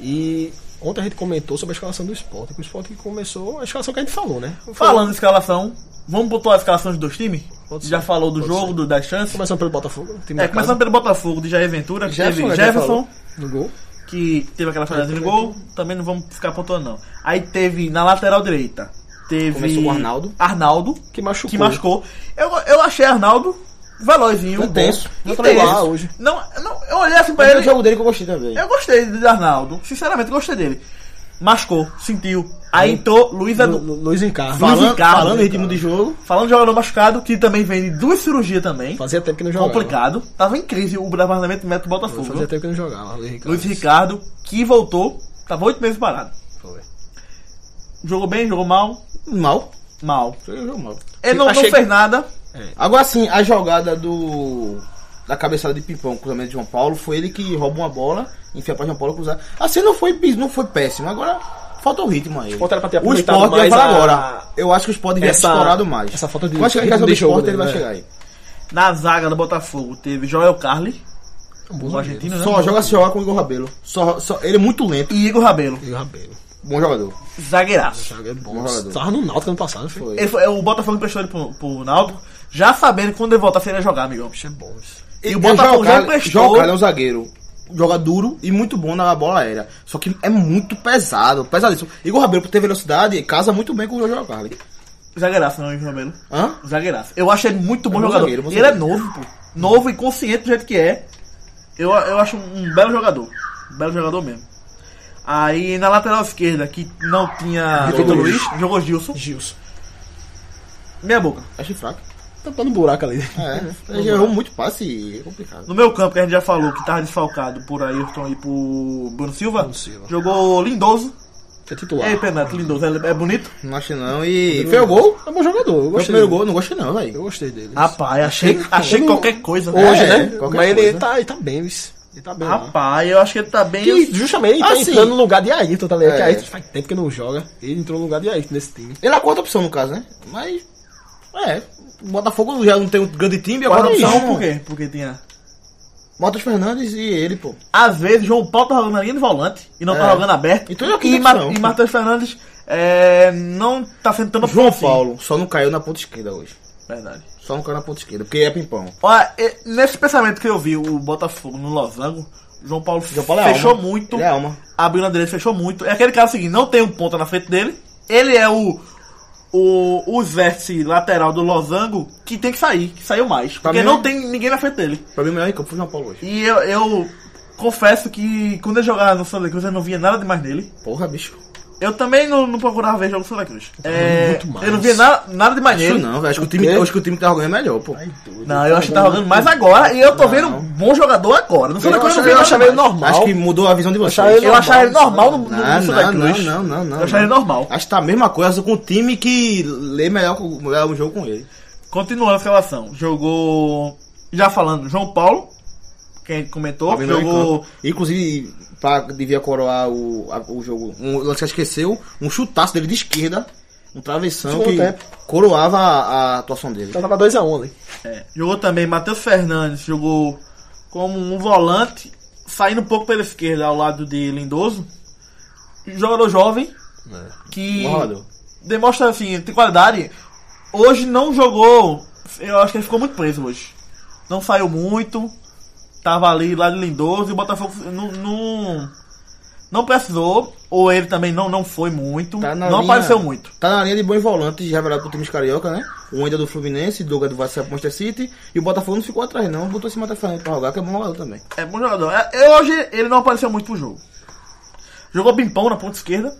D: E ontem a gente comentou sobre a escalação do esporte. Que o esporte começou a escalação que a gente falou, né?
A: Falando em escalação, vamos botar a escalação dos dois times?
D: Pode
A: Já
D: ser,
A: falou do
D: pode
A: jogo,
D: ser.
A: do, das chances.
D: Começando pelo Botafogo, o time
A: É,
D: da casa,
A: começando pelo Botafogo de Jair Ventura, que
C: Jefferson,
A: teve
C: né, já
A: Jefferson,
C: falou.
D: no gol.
A: que teve aquela falhada de gol, também não vamos ficar apontando não. Aí teve na lateral direita, teve
C: Começou com o Arnaldo.
A: Arnaldo,
D: Que machucou.
A: que machucou. Eu, eu achei Arnaldo velozinho,
C: Foi
A: bom,
C: tenso.
A: e
D: Foi
A: tenso.
D: lá hoje.
A: Não, não, eu olhei assim pra
C: Mas é o
A: ele,
C: jogo dele que eu gostei também.
A: eu gostei do Arnaldo, sinceramente gostei dele. Machucou, sentiu. Aí entrou Luiz
D: Lu-
A: Edu.
D: Lu- Luiz Encarno.
A: Fala-
C: falando,
A: é Ricardo,
C: falando em né, ritmo
A: Ricardo.
C: de jogo,
A: Falando de jogador machucado, que também vem de duas cirurgias também.
D: Fazia tempo que não jogava.
A: Complicado. Tava em crise o departamento médico do Botafogo. viu?
D: Fazia tempo que não jogava. Luiz Ricardo.
A: Luiz Ricardo, que voltou, tava oito meses parado.
D: Foi.
A: Jogou bem, jogou mal,
C: mal.
A: mal.
C: Foi um jogo mal.
A: Ele não, não
D: Achei-
A: fez nada,
C: Agora sim, a jogada do. Da cabeçada de Pimpão, o cruzamento de João Paulo, foi ele que rouba uma bola, enfia pra João Paulo cruzar. Assim não foi, bis- não foi péssimo, agora falta o ritmo aí. O
D: Sport era pra ter
C: o
D: aproveitado
C: Sport, eu ia
D: mais
C: falar
D: a-
C: agora. Eu acho que o Sport devia ter
D: Essa-
C: explorado mais.
D: essa falta de
C: Eu acho que a
D: ritmo
C: questão do
D: de jogo
C: Sport ele
D: dele,
C: vai
D: né?
C: chegar aí.
A: Na zaga do Botafogo teve Joel Carli,
D: um
A: o argentino, né?
C: Só joga se joga com o Igor Rabelo. Só, só, ele é muito lento.
A: E Igor Rabelo,
D: E o Rabelo.
C: Bom jogador.
A: zagueiraço.
D: Thiago é bom.
C: Bom jogador.
D: Tava no Náutico ano passado, filho.
C: Foi.
A: Ele foi- é, o Botafogo emprestou ele pro, pro Náutico, já sabendo que quando ele voltar, se ele ia jogar, amigão.
D: Isso é bom. isso.
A: E
C: É,
A: o Botafogo já
C: Carlos- João
A: emprestou.
C: Carlos é um zagueiro. Joga duro e muito bom na bola aérea. Só que é muito pesado, pesadíssimo. Igor Rabelo, por ter velocidade, casa muito bem com o João Carlos.
A: Zagueiraço, não, Igor Rabelo.
C: Hã?
A: Zagueiraço. Eu acho ele muito bom
C: É bom
A: jogador.
C: zagueiro, bom
A: e ele é
C: zagueiro.
A: novo, pô. Novo e consciente do jeito que é. Eu, eu acho um belo jogador. Um belo jogador mesmo. Aí na lateral esquerda, que não tinha
C: Vitor Luiz.
A: jogou Gilson.
D: Gilson.
A: Meia boca.
C: Achei fraco.
D: Tampando um buraco ali.
C: É, ele errou muito passe e é complicado.
A: No meu campo, que a gente já falou que tava desfalcado por Ayrton e por Bruno Silva,
D: Bruno Silva.
A: jogou Lindoso.
D: É titular.
A: É pênalti, Lindoso. É é bonito?
C: Não achei não e... Foi o gol?
D: É bom jogador. Eu
C: Foi o
D: gostei
C: primeiro
D: dele.
C: gol, não gostei não,
D: Eu
C: velho.
D: gostei dele.
A: Rapaz, achei, achei
D: Ele-
A: qualquer coisa.
D: Hoje,
A: É.
D: né?
C: qualquer
D: Mas
C: coisa.
D: ele tá, ele tá bem, isso. Ele tá bem. né?
A: Rapaz, eu acho que ele tá bem.
D: Que justamente ele tá
C: Assim.
D: entrando no lugar de Ayrton, tá ligado?
C: É.
D: Que Ayrton faz tempo que não joga. Ele entrou no lugar de Ayrton nesse time.
C: Ele é a quarta opção no caso, né? Mas... É, o Botafogo já não tem um grande time, agora
A: Quarta opção,
C: isso.
A: por quê? Porque tinha.
C: Matos Fernandes e ele, pô.
A: Às vezes, João Paulo tá jogando na linha de volante e não
C: É.
A: tá jogando aberto.
C: Então ele é a quinta
A: e, Ma
C: opção.
A: e Matheus Fernandes é, não tá sendo tanta
C: João
A: opção assim.
C: Paulo só não caiu na ponta esquerda hoje.
A: Verdade.
C: Só não caiu na ponta esquerda, porque é pimpão.
A: Olha, e- nesse pensamento que eu vi, o Botafogo no Losango, João Paulo,
C: João Paulo é
A: fechou
C: alma.
A: muito.
C: Ele é alma.
A: Abriu na direita, fechou muito. É aquele cara seguinte, não tem um ponta na frente dele. Ele é o. O, o vértice lateral do Losango que tem que sair, que saiu mais. porque
C: mim,
A: não
C: né?
A: tem ninguém na frente dele.
C: Pra mim, o melhor em campo foi o João Paulo hoje.
A: E eu, eu confesso que quando eu jogava no Santa Cruz eu não via nada demais nele.
C: Porra, bicho.
A: Eu também não, não procurava ver jogo do Santa Cruz. É,
D: Tá muito mais.
A: eu não via nada, nada demais
C: Acho
A: nele.
C: não, velho. Acho que o time,
D: quê?
C: acho que o time que tá jogando é melhor, pô.
A: Não, eu acho que tá jogando mais agora e eu tô vendo um bom jogador agora. No Santa
D: Eu
A: Cruz eu não
D: achava-
A: via
D: eu
A: nada
D: achava ele
A: demais.
D: normal.
C: Acho que mudou a visão de vocês.
D: Achava ele
A: Eu achava ele normal no, no,
C: Não,
A: no
C: não,
A: Santa
C: não,
A: Cruz.
C: não, não, não.
A: Eu achava ele normal.
C: Acho que tá a mesma coisa com o time que lê melhor com- melhor o jogo com ele.
A: Continuando a relação. Jogou. Já falando, João Paulo, quem comentou,
C: Tá bem melhor em
A: jogou.
C: campo. Inclusive, pra, devia coroar o, a- o jogo. Um lance que esqueceu, um chutaço dele de esquerda, um travessão
D: Segundo
C: que
D: tempo.
C: coroava a, a atuação dele.
D: Então tava 2x1 ali.
A: É, jogou também Matheus Fernandes, jogou como um volante, saindo um pouco pela esquerda ao lado de Lindoso. um Jogador jovem, que
C: É. Bom jogador.
A: demonstra assim, tem qualidade. Hoje não jogou, eu acho que ele ficou muito preso hoje. Não saiu muito, tava ali lá de Lindoso e o Botafogo não, não, não precisou, ou ele também não, não foi muito,
C: Tá na
A: não
C: linha-
A: apareceu muito.
C: Tá na linha de bons volantes, já revelado pro time carioca, né? Um ainda do Fluminense, Douglas do Vasco pro Manchester City. E o Botafogo não ficou atrás, não. Botou esse Matheus Fernandes pra jogar, que é bom jogador também.
A: É bom jogador. É, eu- hoje ele não apareceu muito pro jogo. Jogou Pimpão na ponta esquerda,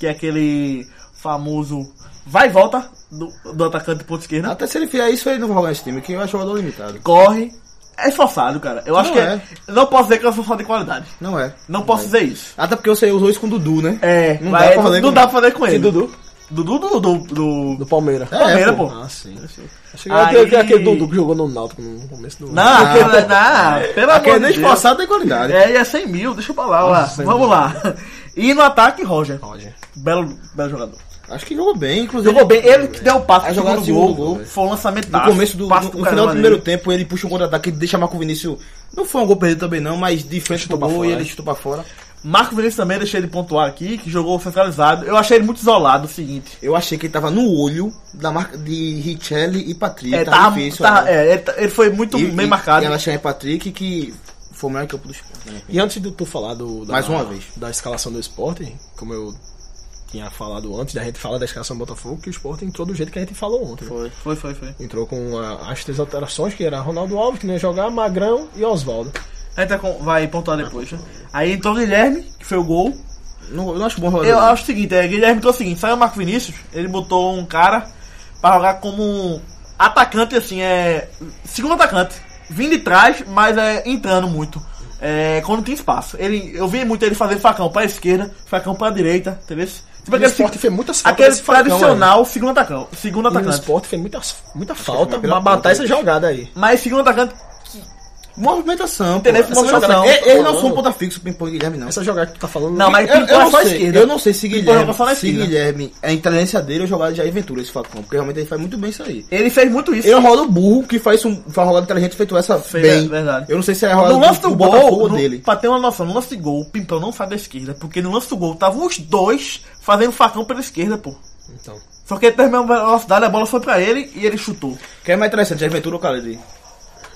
A: que é aquele famoso vai e volta do, do atacante de ponta esquerda.
C: Até se ele fizer isso, ele não vai jogar nesse time, que eu acho jogador limitado.
A: Corre. É esforçado, cara. Eu acho que é.
C: é.
A: Não posso dizer que é um esforçado de qualidade.
C: Não é.
A: Não posso dizer isso.
C: Até porque você usou isso com o Dudu, né?
A: É,
C: não
A: mas
C: dá pra fazer
A: não
C: com
A: dá pra fazer com ele.
D: Dudu?
A: É, Dudu do. do, do,
D: Do Palmeiras.
C: É,
A: Palmeiras,
C: pô.
A: né, pô.
D: Ah, sim. Achei
A: Aí-
D: que era aquele- aquele Dudu que jogou no Náutico no começo do
A: Não,
D: ano.
A: aquele- não, pelo
C: Ah. Aquele
A: amor de
C: nem
A: Deus.
C: esforçado tem qualidade.
A: É, e é 100 mil, deixa pra lá, lá.
D: Nossa,
A: Vamos lá. E no ataque, Roger.
D: Roger.
A: Belo, belo jogador.
C: Acho que jogou bem, inclusive.
A: Jogou bem, ele que deu o passo
C: Aí
A: pro
C: jogou
A: segundo
C: o
A: gol,
C: segundo gol.
A: Foi um lançamento
C: No começo do.
A: passo
C: No,
A: pro
C: no final
A: caramba
C: do primeiro
A: dele.
C: tempo, ele puxa um contra-ataque, deixa Marco Vinícius. Não foi um gol perdido também, não, mas de frente pro
D: pra
C: gol
D: fora,
C: e
D: é.
C: ele chutou pra fora.
A: Marco Vinícius também, deixei ele pontuar aqui, que jogou centralizado. Eu achei ele muito isolado, o seguinte.
C: Eu achei que ele tava no olho da marca de Richelli e Patrick.
A: É,
C: tava
A: tava-
C: difícil.
A: tava-
C: né?
A: é, ele, tá- ele foi muito
C: E-
A: bem
C: e-
A: marcado.
C: E ela chama Patrick, que foi o melhor em campo do esporte. né?
D: E antes de tu falar do, da,
C: Mais uma vez.
D: da escalação do esporte, como eu tinha falado antes, da gente falar da escalação do Botafogo, que o esporte entrou do jeito que a gente falou ontem. né?
A: Foi, foi, foi.
D: Entrou com a- as três alterações, que era Ronaldo Alves, que não ia jogar, Magrão e Oswaldo.
A: A gente vai com- vai pontuar depois. né? Aí entrou o Guilherme, que foi o gol.
C: Não, eu não acho bom jogador.
A: Eu
C: não.
A: acho o seguinte, é, Guilherme entrou o seguinte, saiu o Marco Vinícius, ele botou um cara pra jogar como um atacante, assim, é. Segundo atacante. Vindo de trás, mas é entrando muito. É, quando tem espaço. Ele, eu vi muito ele fazer facão pra esquerda, facão pra direita, entendeu? Tipo Se bem que
D: No
A: ele se-
D: esporte fez muitas faltas
A: Aquele
D: desse Falcão,
A: tradicional segundo atacão. Segundo
C: é
D: E no
A: atacante.
D: esporte fez muita, muita falta
C: foi pela
D: pra matar
C: ponta,
D: essa jogada aí.
A: Mas segundo atacante.
C: Movimentação, pô.
A: Entendeu?
C: Essa
A: Movimentação.
C: jogada- Ele ele não
D: Não.
C: foi um ponta fixo pro Pimpão Guilherme, não.
D: Essa jogada que tu tá falando.
A: Não, mas
C: Eu, eu
A: Pimpão é
C: não
A: só
C: sei,
A: esquerda.
C: eu não sei se
A: Pimpão
C: Guilherme,
A: joga só na
C: se
A: esquerda.
C: Guilherme, a inteligência dele é jogar de aventura esse Falcão, porque realmente ele faz muito bem isso aí.
A: Ele fez muito isso.
C: Ele é um roda burro que faz um, faz uma jogada inteligente feito essa
A: Sei,
C: bem.
A: é verdade.
C: Eu não sei se é a
A: No
C: rodada
A: lance
C: do,
A: do
C: do
A: gol,
C: Botafogo
A: no,
C: dele.
A: pra ter uma noção, no lance de gol, o Pimpão não sai da esquerda, porque no lance do gol estavam os dois fazendo facão pela esquerda, pô.
D: Então.
A: Só que ele terminou a velocidade, a bola foi pra ele e ele chutou.
C: Quem é mais interessante, a aventura ou o Cariri?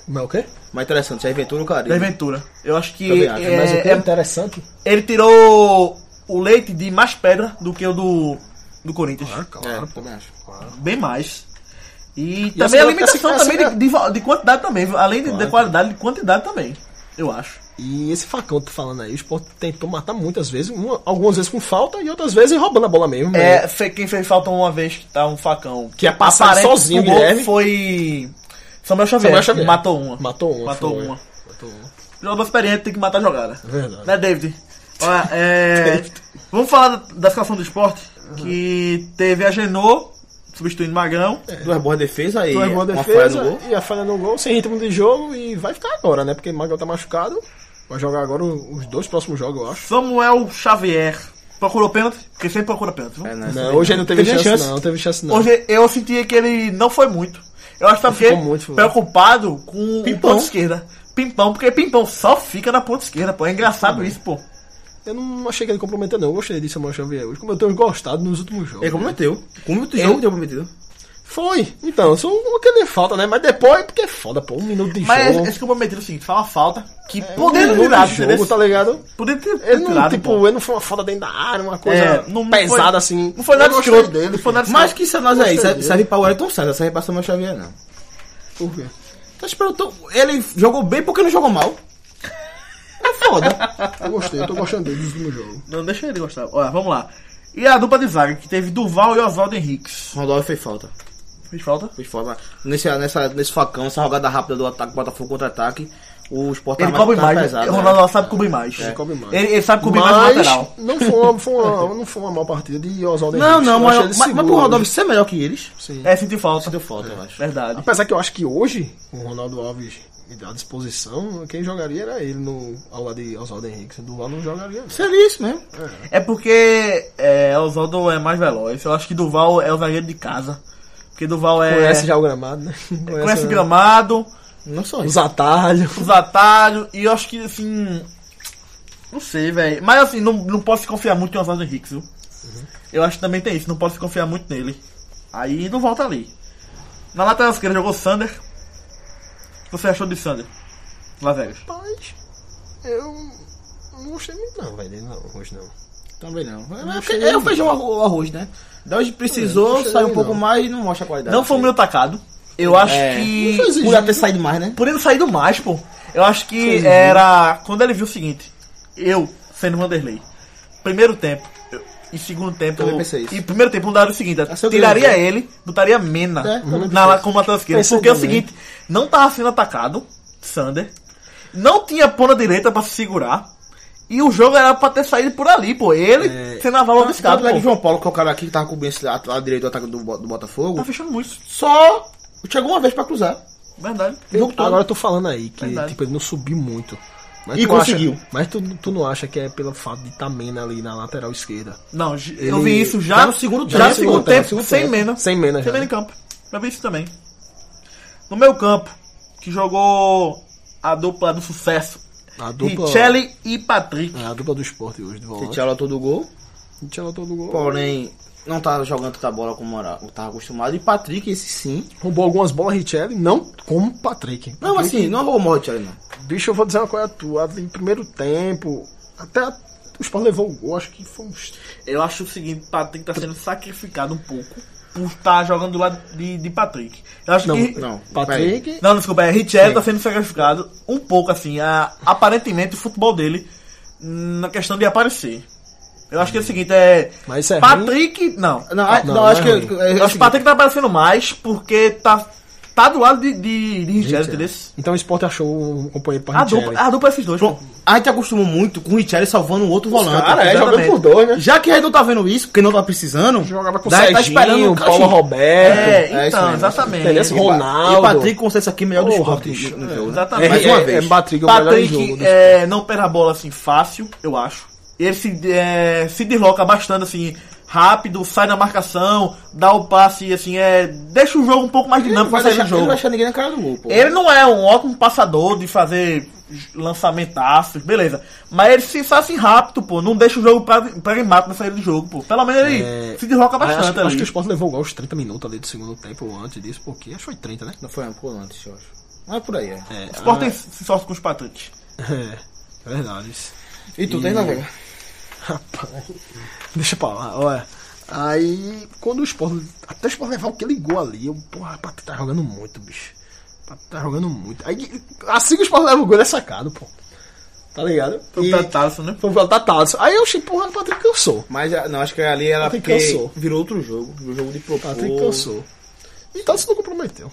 D: Mas o quê?
C: Mais interessante, é a aventura ou o
A: Da
C: Cariri?
A: Ventura. Eu acho que
C: Também acho,
A: é-
D: mas o que é,
A: é-
D: interessante.
A: ele tirou o leite de mais pedra do que o do, do Corinthians.
C: É, também acho.
A: Bem mais. E,
D: essa
A: também a
D: é uma
A: limitação também
D: classificação-
A: de, de va- de quantidade também. Além de, de qualidade, de quantidade também. Eu acho.
D: E esse facão que tu falando aí, o esporte tentou matar muitas vezes, uma- algumas vezes com falta e outras vezes roubando a bola mesmo. né?
A: É, fe- quem fez falta uma vez que tá um facão.
D: Que é passar
A: Aparente
D: sozinho,
A: pro gol
D: Guilherme.
A: Foi. Samuel Xavier,
D: Samuel Xavier.
A: Matou uma.
D: Matou uma,
A: Matou
D: foi.
A: uma.
D: Matou uma. É
A: Jogador experiente tem que matar a jogada.
D: Verdade.
A: Né, David? Olha, é. Vamos falar da- da situação do esporte. Que teve a Genô substituindo Magrão.
D: É.
C: Duas boas defesas aí,
D: Duas boas
C: uma falha
D: defesa
C: no gol.
D: e a falha no gol, sem ritmo de jogo e vai ficar agora, né? Porque Magal tá machucado. Vai jogar agora o- os dois próximos jogos, eu acho.
A: Samuel Xavier procurou pênalti, porque sempre procura pênalti. viu?
C: É, né?
D: Não, hoje ele não teve,
A: Teve
D: chance,
A: chance.
D: não, não teve chance não.
A: Hoje eu senti que ele não foi muito. Eu acho que tá
D: ficou
A: porque
D: muito, foi.
A: preocupado com
C: Pimpão.
A: o ponto esquerda. Pimpão, porque Pimpão só fica na ponta esquerda, pô. É engraçado isso, pô.
D: Eu não achei que ele comprometeu, não. Eu gostei de Samuel Xavier hoje, como eu tenho gostado nos últimos jogos.
C: Ele comprometeu. Com muito jogo, ele comprometeu.
D: Foi. Então, só uma que ele falta, né? Mas depois, porque é foda, pô. Um minuto de
A: Mas
D: jogo.
A: esse comprometer é o seguinte, foi uma falta que
D: É,
A: poderia
D: um
A: ter
D: minuto
A: tirado,
D: de jogo,
A: entendeu?
D: tá ligado?
A: Poderia ter
D: Ele não,
A: tirado,
D: tipo,
A: pô.
D: ele não foi uma foda dentro da área, uma coisa
A: É, não foi-
D: pesada assim.
A: Não foi nada
D: Eu gostei
A: escroto.
D: dele,
A: Não foi nada
C: Mas
A: escroto.
C: que Satanás aí,
D: Gostei
C: serve,
D: dele.
C: serve pra Wellington Santos, não serve pra Samuel Xavier, não.
D: Por quê?
C: Tá esperando, tão- ele jogou bem porque não jogou mal.
D: É foda. eu gostei, eu tô gostando dele nos últimos jogos.
A: Não, deixa ele gostar. Olha, vamos lá. E a dupla de zaga, que teve Duval e Oswaldo Henriques.
C: Rondolfo fez falta.
A: Fez falta?
C: Fez falta. Nesse, nessa, nesse facão, essa jogada rápida do ataque, Botafogo contra-ataque, o Sport
D: Tá,
A: Ele
C: tava-
A: cobre
C: tava
A: mais.
C: pesado,
A: o
C: né?
A: Ronaldo sabe cobrir mais.
D: Ele É, cobre mais.
A: Ele, ele sabe cobrir mais no
D: Mas
A: lateral.
D: não foi, uma, foi uma- não foi uma mal partida de Oswaldo
C: Não,
D: Henrique.
C: não,
D: Eu
C: mas,
D: achei ele
C: mas, mas pro
D: seguro
C: Rodolfo
D: hoje.
C: ser melhor que eles,
D: Sim.
A: É, sentiu falta.
C: deu falta, eu acho.
A: Verdade.
D: Apesar que eu acho que hoje, com o Ronaldo Alves à disposição, quem jogaria era ele no, ao lado de Oswaldo Henrique. Do lado não jogaria. não.
C: Seria isso mesmo.
A: É porque é, Oswaldo é mais veloz. Eu acho que Duval é o zagueiro de casa. Porque Duval é.
D: Conhece já o gramado, né?
A: conhece o gramado,
C: Não só
D: Os
C: isso.
D: atalhos.
A: os atalhos. E eu acho que assim. Não sei, velho. Mas assim, não, não posso se confiar muito em Oswaldo Henrique, viu? Eu acho que também tem isso, não posso se confiar muito nele. Aí não volta ali. Na lateral esquerda jogou Sander. O que você achou de Sander? Las Vegas.
D: Rapaz, eu não gostei muito não, velho. Não, hoje não.
C: Também não.
D: Não
C: É, porque
D: cheguei
C: é o
D: não.
C: feijão arro- o arroz, né? Da onde
D: Não
C: precisou,
D: cheguei
C: saiu um
D: não.
C: pouco mais e não mostra a qualidade.
A: Não foi muito atacado. Eu acho
C: É.
A: que.
D: Não foi
C: Por até saído mais, né?
A: Por ele sair do mais, pô. Eu acho que era. Quando ele viu o seguinte, eu, sendo Vanderlei, primeiro tempo eu- e segundo tempo.
C: Também pensei isso.
A: E primeiro tempo mudaram o seguinte:
C: seu
A: tiraria
C: grande,
A: ele, botaria Mena
C: É, também
A: na, como lateral esquerda.
D: Pensei
A: Porque é o
D: também.
A: seguinte, não tava sendo atacado, Sander. Não tinha ponta direita pra se segurar. E o jogo era pra ter saído por ali, pô. Ele sendo a válvula do escape,
C: Tanto é que o
A: pô.
C: João Paulo, que é o cara aqui que tava cobrindo esse lado, lado direito do ataque do, Bo- do Botafogo,
A: Tá fechando muito,
C: só chegou uma vez pra cruzar.
A: verdade.
C: O jogo todo.
D: Agora eu tô falando aí que
A: Verdade.
D: tipo, ele não subiu muito. Mas
C: E
D: tu não acha-
C: conseguiu.
D: mas tu, tu não acha que é pelo fato de estar Mena ali na lateral esquerda?
A: Não, j- eu vi isso já,
C: tá no segundo
A: já
C: tempo.
A: no segundo
D: Tá no
A: tempo,
D: segundo
A: sem
D: tempo.
A: Mena.
D: Sem Mena já,
A: Sem Mena
D: né?
A: em campo. Já vi isso também. No meu campo, que jogou a dupla do sucesso.
D: A dupla,
A: Richelli e Patrick.
D: é, a dupla do esporte hoje, do volante.
C: Tchau, todo gol.
D: Tchau, todo gol.
C: Porém, não tá jogando tanta bola como era, tava acostumado. E Patrick, esse sim.
D: Roubou algumas bolas, Richelli, não como o Patrick.
C: Não, assim, não roubou o Richelli, não.
D: Bicho, eu vou dizer uma coisa tua. Ali, primeiro tempo, até a- o Sport levou o gol, acho que foi uns
A: Eu acho o seguinte, Patrick tá sendo sacrificado um pouco por estar jogando do lado de, de Patrick. Eu acho
D: Não,
A: que.
C: Não,
D: Patrick.
A: Não, desculpa, é Richelli tá sendo sacrificado um pouco, assim, a- aparentemente o futebol dele hum, na questão de aparecer. Eu acho que é o seguinte, é.
D: Mas isso é
A: Patrick. Não.
C: Não, ah,
D: Não,
C: não,
D: não
C: acho
D: é
C: que.
D: ruim.
C: é- é
A: Eu acho
C: o
A: que o
C: seguinte,
A: Patrick tá aparecendo mais porque tá tá do lado de, de, de Richelli, entendeu?
D: Então o esporte achou um companheiro pra
A: A
D: Richelli.
A: dupla, a dupla é esses dois.
C: Pronto. A gente acostumou muito com o Richelli salvando o outro volante.
D: Cara, é, jogando
A: exatamente.
D: por dois, né?
C: Já que a gente não tá vendo isso, porque não tá precisando.
D: Jogava com o
C: daí tá esperando
D: Serginho,
C: o
D: Paulo Roberto.
A: É,
C: é isso
A: então,
C: mesmo.
A: exatamente.
D: Entendeu? Esse Ronaldo.
C: E Patrick Conceição aqui é melhor do
D: Porra,
C: esporte
D: bicho,
C: no
D: é,
C: jogo. né?
A: exatamente.
C: Mais
A: É,
C: uma
D: é,
C: vez.
D: É Patrick é o melhor jogo.
A: Patrick
C: né?
D: do-
A: é, não perde a bola assim fácil, eu acho. Ele se, é, se desloca bastante assim, rápido, sai na marcação, dá o passe assim, é, deixa o jogo um pouco mais dinâmico pra
C: vai
A: sair do
C: deixar, ele não
A: jogo.
C: vai deixar ninguém na cara do gol, pô.
A: Ele não é um ótimo passador de fazer j- lançamentaços, beleza. Mas ele se sai assim rápido, pô. Não deixa o jogo pra- pragmático na saída do jogo, pô. Pelo menos ele
C: É,
A: se desloca
D: Ah,
A: bastante
D: acho, que-
A: ali.
D: acho que o Sport levou o gol aos 30 minutos ali do segundo tempo ou antes disso, porque acho que foi 30, né?
C: Não foi um pô, antes, eu acho. Mas é por aí, é.
D: É,
A: O Sport tem s- sorte com os Patrick.
D: é, verdade. isso.
C: E tu tem na vega?
D: Deixa pra lá, olha. Aí, quando o Sport. Até o Sport levar o que ligou ali, eu, porra, o Patrick tá jogando muito, bicho. O Patrick tá jogando muito. Aí, assim que o Sport leva o gol, ele é sacado, pô. Tá ligado?
A: Foi
D: E-
A: o Tasso, né?
D: Foi o Tatados. Aí eu achei, porra, o Patrick cansou.
C: Mas ah, não, acho que ali era
D: Patrick
C: porque
D: cansou.
C: virou outro jogo. Virou jogo de propor.
D: Patrick Ah, cansou. E Tatados não comprometeu.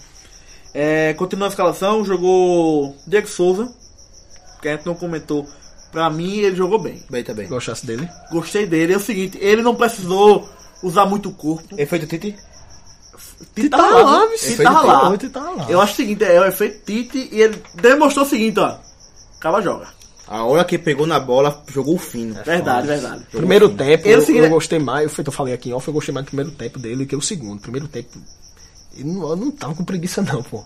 A: É, continuando a escalação, jogou Diego Souza, que a gente não comentou. Pra mim, ele jogou bem.
C: Bem, tá bem.
D: Gostasse dele?
A: Gostei dele. É o seguinte, ele não precisou usar muito o corpo.
C: Efeito Titi?
A: Tite
D: Tava
A: tava
D: lá,
A: tá lá,
D: viu?
A: Tite tava
D: Efeito
A: lá.
D: Tite tava lá.
A: Eu acho o seguinte, é o efeito Tite e ele demonstrou o seguinte, ó. Acaba joga.
C: A hora que pegou na bola, jogou o fino.
A: É Verdade,
C: Nossa.
A: verdade.
C: Jogou
D: Primeiro
C: fino.
D: tempo,
A: Ele
D: eu,
A: seguiu-
D: eu gostei mais. Eu, feito, eu falei aqui em off, eu gostei mais do primeiro tempo dele que o segundo. Primeiro tempo, ele não, eu não tava com preguiça, não, pô.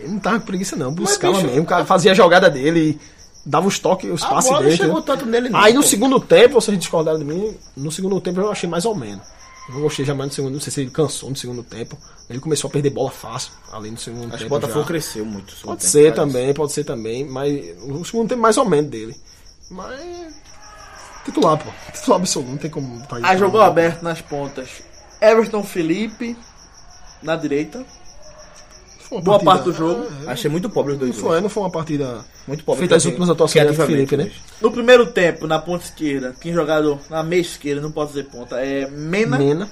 D: Ele não tava com preguiça, não. Buscava
C: bicho,
D: mesmo. O cara fazia a jogada dele, dava os toques, os
C: A
D: passes
C: bola não
D: dele.
C: chegou
D: entendeu?
C: tanto nele, não.
D: Aí no
C: pô.
D: segundo tempo, vocês discordaram de mim, no segundo tempo eu achei mais ou menos. Eu não gostei jamais no segundo, não sei se ele cansou no segundo tempo. Ele começou a perder bola fácil, além do segundo
C: Acho que o
D: tempo.
C: Botafogo
D: já.
C: cresceu muito. segundo
D: Pode
C: tempo, cara.
D: ser também, pode ser também, mas o segundo tempo mais ou menos dele. Mas. Titular, pô. Titular absoluto, não tem como tá aí.
A: Aí Ah, jogou aberto nas pontas. Everton Felipe na direita.
D: Foi uma
A: Boa Ah. parte
D: partida-
A: do jogo.
C: Achei muito pobre os dois.
D: Não foi, não foi uma partida.
C: Muito pobre.
D: Feita as
C: também,
D: últimas atuações do
C: criativamente,
D: Felipe, né?
C: mas-
A: No primeiro tempo, na ponta esquerda, quem jogado na meia esquerda, não posso dizer ponta, é Mena.
D: Mena.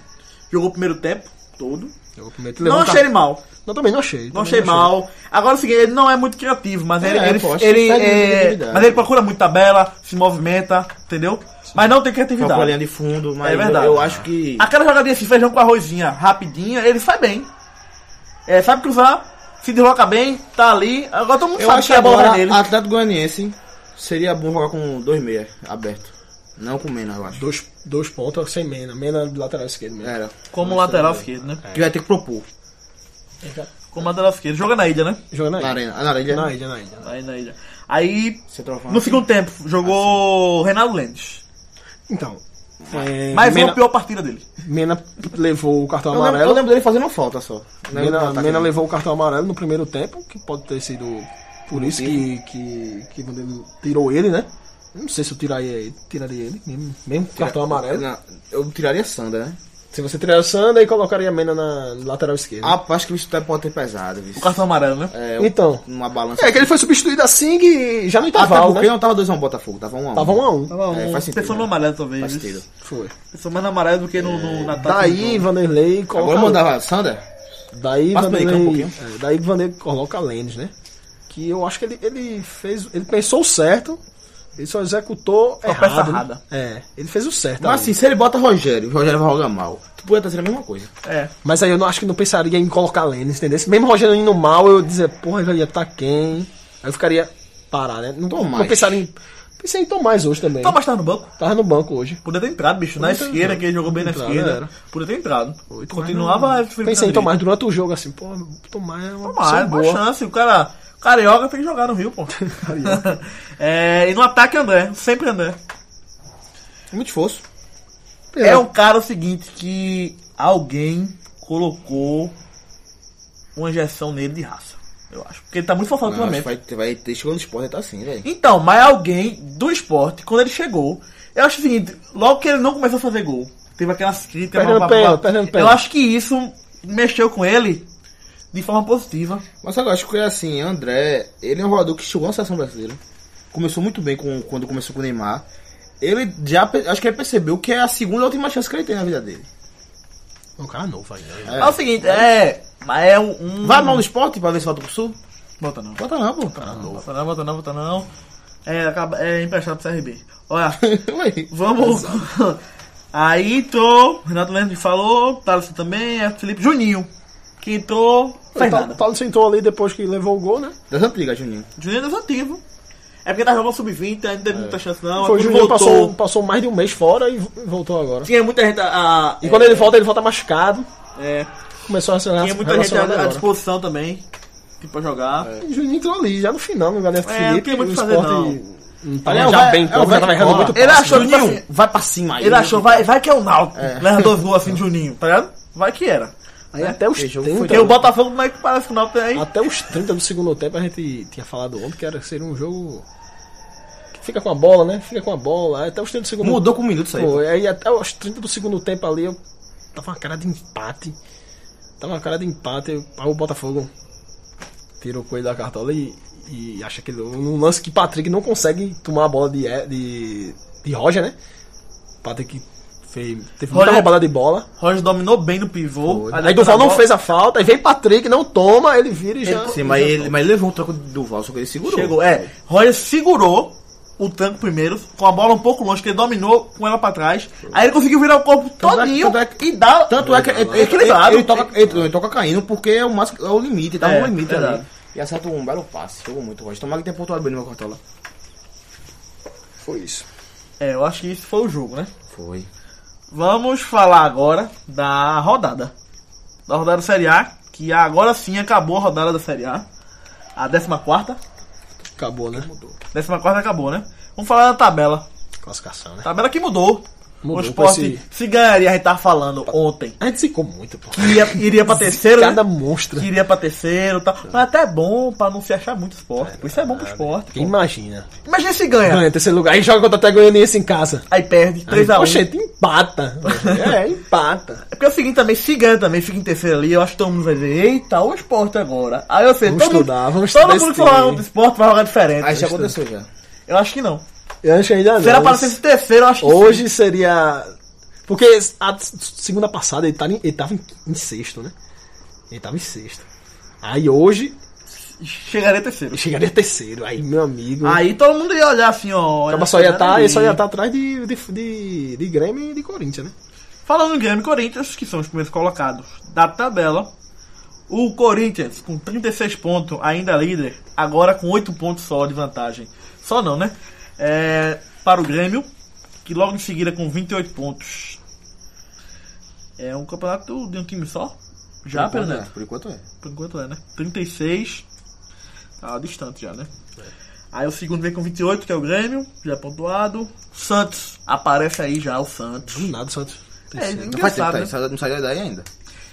A: Jogou o primeiro tempo todo.
D: Jogou primeiro,
A: Não
C: um
D: levanta-
A: achei ele mal.
D: Não, também não achei.
A: Não
D: também
A: achei mal. Agora sim, ele não é muito criativo, mas ele,
C: É,
A: ele,
C: pô, acho
A: ele,
C: que perde
A: é,
C: individualidade.
A: mas ele procura muito tabela, se movimenta, entendeu? Mas não tem
C: Foi
A: criatividade.
C: com a linha de fundo, mas
A: É verdade.
C: eu acho que.
A: Aquela jogadinha assim, feijão com arrozinha, rapidinha, ele sai bem. É, sabe cruzar, se desloca bem, tá ali. Agora todo mundo
C: Eu
A: sabe
C: acho
A: que é
D: é
C: que
A: a bola vai
C: agora
A: nele.
C: Atlético Goianiense seria bom jogar com dois meias aberto. Não com menos, eu acho.
D: Dois, dois pontos sem Mena. Mena do lateral esquerdo
A: É.
D: mesmo.
C: Era.
A: Como lateral esquerdo, né?
D: É.
C: Que vai ter que propor.
A: Como lateral esquerdo. Joga na ilha, né?
D: Jogando
C: Na
D: aí.
C: arena. Ah, Na arena.
D: Na ilha, na ilha.
A: Aí na ilha. Aí,
C: Centroavante.
A: no segundo tempo, jogou
D: Assim.
A: Renato Lendes.
D: Então. é,
A: Mais
D: Mena,
A: uma pior partida dele.
D: Mena levou o cartão
C: Eu lembro, eu
D: amarelo.
C: lembro dele fazendo uma falta só. Não lembro do
D: Mena,
C: Né, ataque
D: Mena
C: dele.
D: levou o cartão amarelo no primeiro tempo, que pode ter sido por isso que, que, que Vanderlei tirou ele, né? Eu Não sei se eu tiraria ele, tiraria ele mesmo, mesmo com o cartão amarelo.
C: Não, eu tiraria Sandra, né?
D: Se você tirar o Sander, aí colocaria a Mena na lateral esquerda.
C: Ah, acho que o bicho tá- pode ter pesado, viu?
A: O cartão amarelo, né?
C: É,
D: então.
C: uma balança.
D: É que ele foi substituído assim que já no
C: Até
D: intervalo,
C: porque
D: né?
C: não tava 2x1 Botafogo, tava 1x1.
D: Tava um a um.
C: É, faz sentido,
A: Pensou no
C: né?
A: amarelo talvez.
C: Faz
A: viu?
C: sentido.
D: Foi.
A: Pensou mais no amarelo do que no, no na tática
C: um
A: do
D: Daí
A: jogo.
D: Vanderlei coloca.
C: Agora mandava Sandra?
D: Daí
C: Passa pra ele, calma um
D: Vanderlei, é, daí Vanderlei coloca a Lênis, né? Que eu acho que ele, ele fez. Ele pensou certo, ele só executou errado.
A: peça errada.
D: né? É, ele fez o certo.
C: Mas
D: ali.
C: assim, se ele bota Rogério, o Rogério vai jogar mal. Tu podia estar sendo a mesma coisa.
A: É.
D: Mas aí eu não acho que não pensaria em colocar Lênis, entendeu? Se Mesmo o Rogério indo mal, eu dizer, porra, ele ia tá quem? Aí eu ficaria parar, né? Não,
C: Tomás.
D: não pensaria em. Pensei em Tomás hoje também.
A: Tomás tava no banco.
D: Tava no banco hoje.
A: Podia ter entrado, bicho. Na
D: Podia ter
A: esquerda,
D: entrado.
A: que ele jogou bem na
D: Entrado,
A: esquerda.
D: era. é.
A: Podia ter entrado. Continuava a
D: Pensei em Tomás durante o jogo, assim, pô, Tomás é uma
A: Tomás,
D: Tomás,
A: boa
D: boa.
A: chance. O cara. o Carioca tem que jogar no Rio, pô. é, e no ataque André, sempre André.
C: Muito esforço.
A: É um cara o seguinte que alguém colocou uma injeção nele de raça. Eu acho. Porque ele tá muito fofado
C: Não, acho que
A: ultimamente.
C: vai, vai ter chegando no esporte, tá assim, velho.
A: Então, mas alguém do esporte, quando ele chegou, eu acho o seguinte, logo que ele não começou a fazer gol, teve aquelas críticas,
D: Perdendo pênalti, perdendo
A: eu
D: pênalti.
A: acho que isso mexeu com ele de forma positiva.
C: Mas sabe, eu acho que é assim, André, ele é um jogador que chegou na seleção brasileira. Começou muito bem com, quando começou com o Neymar. Ele já, pe- acho que ele percebeu que é a segunda e última chance que ele tem na vida dele.
D: É um cara novo ainda.
A: É, o seguinte, é, Mas é um.
C: Vai mal no esporte pra ver se volta pro sul?
A: Bota não.
C: Bota não, pô.
A: Bota não, bota não, bota não. É, acaba, é emprestado pro CRB. Olha,
C: Ué.
A: vamos. Aí entrou, Renato Lemos falou, Thaleson também, é Felipe Juninho, que entrou, "Tá, faz nada.
D: O Paulo sentou ali depois que levou o gol, né?
C: Das antigas, Juninho.
A: Juninho é das antigas. É porque tá jogando sub-20, ainda não teve muita chance não.
D: É. Foi o
A: quando
D: Juninho passou, passou mais de um mês fora e vo- voltou agora.
A: Tinha muita gente a... a-
D: E quando ele volta, ele volta machucado.
A: É,
D: Começou a ser
A: tinha muita gente
D: relacionado
A: à, à
D: agora. É.
A: disposição também, tipo, pra jogar.
D: E Juninho entrou ali, já no final, no Galera
A: É,
D: Felipe.
A: não tem muito o que fazer,
D: não. tava
C: Aliás,
D: já
C: vai-
D: bem,
C: é,
D: pô, o
C: vai
D: cara tava
C: que
D: errando
C: cola.
D: muito
A: Ele
D: passe.
A: achou, tipo
C: Juninho,
A: assim,
C: vai pra cima aí.
A: ele achou, vai, vai que é o Náutico, leva dois gols assim, de Juninho, tá ligado? Vai que
D: Então.
A: era.
D: Aí até os
C: Esse jogo
D: 30,
C: foi
A: Porque o Botafogo, como é que parece que o Náutico tem aí?
D: até os 30 do segundo tempo a gente tinha falado ontem que era, seria um jogo que fica com a bola, né? Fica com a bola. Até os 30 do segundo
C: Mudou com um minuto isso aí.
D: Pô, aí até os 30 do segundo tempo ali, eu tava uma cara de empate. Tava uma cara de empate. eu- Aí o Botafogo tirou o coelho da cartola e, e acha que num lance que Patrick não consegue tomar a bola de, E- de, de Roger, né? Patrick fez, teve muita
A: Roger-
D: roubada de bola.
A: Roger dominou bem no pivô.
D: Aí Duval não fez a falta, aí vem Patrick, não toma, ele vira e já.
C: Sim, mas ele, mas ele levou um troco do Duval, só que ele segurou.
A: Chegou, é. Roger segurou o tanque primeiro, com a bola um pouco longe, que ele dominou com ela pra trás. Aí ele conseguiu virar o corpo
D: Então,
A: todinho
C: tanto é que-
A: e dar.
C: Tanto é que ele, ele,
A: Equilibrado.
C: ele, ele toca, ele, ele toca caindo porque é o, máximo, é o limite, tá
A: É,
C: no limite
A: verdade.
C: ali. E acertou um belo passe, jogou muito Roger. Tomara que tenha pontuado bem no meu cartola.
D: Foi isso.
A: É, eu acho que isso foi o jogo, né?
C: Foi.
A: Vamos falar agora da rodada. Da rodada da Série A, que agora sim acabou a rodada da Série A. A 14.
D: Acabou, né?
A: 14 acabou, né? Vamos falar da tabela.
D: Classificação, né?
A: Tabela que mudou.
D: Mudou
A: o Sport
D: com esse-
A: se ganharia, a gente tava falando ontem.
D: A gente zicou muito, pô.
A: Iria, iria pra terceiro. né?
D: Cada monstro.
A: que iria pra terceiro e tal. Mas até é bom pra não se achar muito esporte. Por isso é bom pro esporte. pô.
D: Imagina.
A: Imagina se ganha.
D: é. Ganha terceiro lugar. Aí joga contra o até Goianiense em casa.
A: Aí perde
D: Aí,
A: 3x1.
D: Oxente, empata. é, empata.
A: É porque é o seguinte também, se ganha também, fica em terceiro ali, eu acho que todo mundo vai dizer, eita, o esporte agora. Aí eu sei,
D: Vamos
A: todo, mundo-
D: estudar, vamos
A: todo
D: estudar
A: mundo que
D: esse
A: falar
D: time.
A: do esporte vai jogar diferente.
C: Aí já aconteceu já.
A: Eu acho que não.
D: Eu acho que ainda não.
A: Será para ser esse terceiro, eu acho que
D: Hoje seria... Porque a segunda passada ele tava, em, ele tava em, em sexto, né? Ele tava em sexto. Aí hoje,
A: sim. chegaria terceiro.
D: eu chegaria terceiro. Aí, meu amigo...
A: Aí todo mundo ia olhar assim, ó.
D: Acaba
A: olha
D: só ia
A: essa
D: estar,
A: galera
D: ele só ia
A: ali.
D: estar atrás de, de, de, de Grêmio e de Corinthians, né?
A: Falando em Grêmio e Corinthians, que são os primeiros colocados da tabela, o Corinthians com 36 pontos, ainda líder, agora com 8 pontos só de vantagem. Só não, né? É, para o Grêmio, que logo em seguida com 28 pontos. É um campeonato de um time só? Já,
C: Por enquanto
A: Fernando?
C: é, Por enquanto é.
A: Por enquanto é, né? 36. Tá distante já, né?
C: É.
A: Aí o segundo vem com 28, que é o Grêmio, já pontuado. Santos, aparece aí já o Santos.
D: Do nada, Santos.
A: É,
D: Terceiro.
C: Não faz tempo,
A: engraçado,
C: tá?
A: né?
C: Isso Não saiu daí ainda.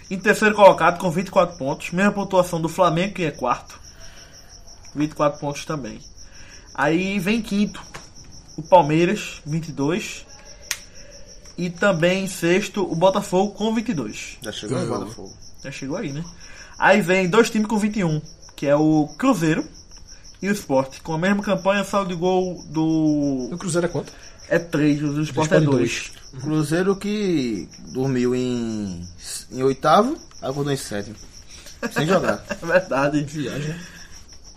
A: Em terceiro colocado, com 24 pontos. Mesma pontuação do Flamengo, que é quarto. 24 pontos também. Aí vem quinto, o Palmeiras, 22. E também em sexto, o Botafogo, com 22.
C: Já chegou
D: Ganhou.
C: no Botafogo.
A: Já chegou aí, né? Aí vem dois times com 21, que é o Cruzeiro e o Sport. Com a mesma campanha, saldo de gol
D: E
A: do...
D: O Cruzeiro é quanto?
A: É 3, o do Sport é
D: Sport
A: 2.
C: Cruzeiro que dormiu em, em oitavo, acordou em sétimo. Sem jogar.
A: É verdade.
D: Viagem.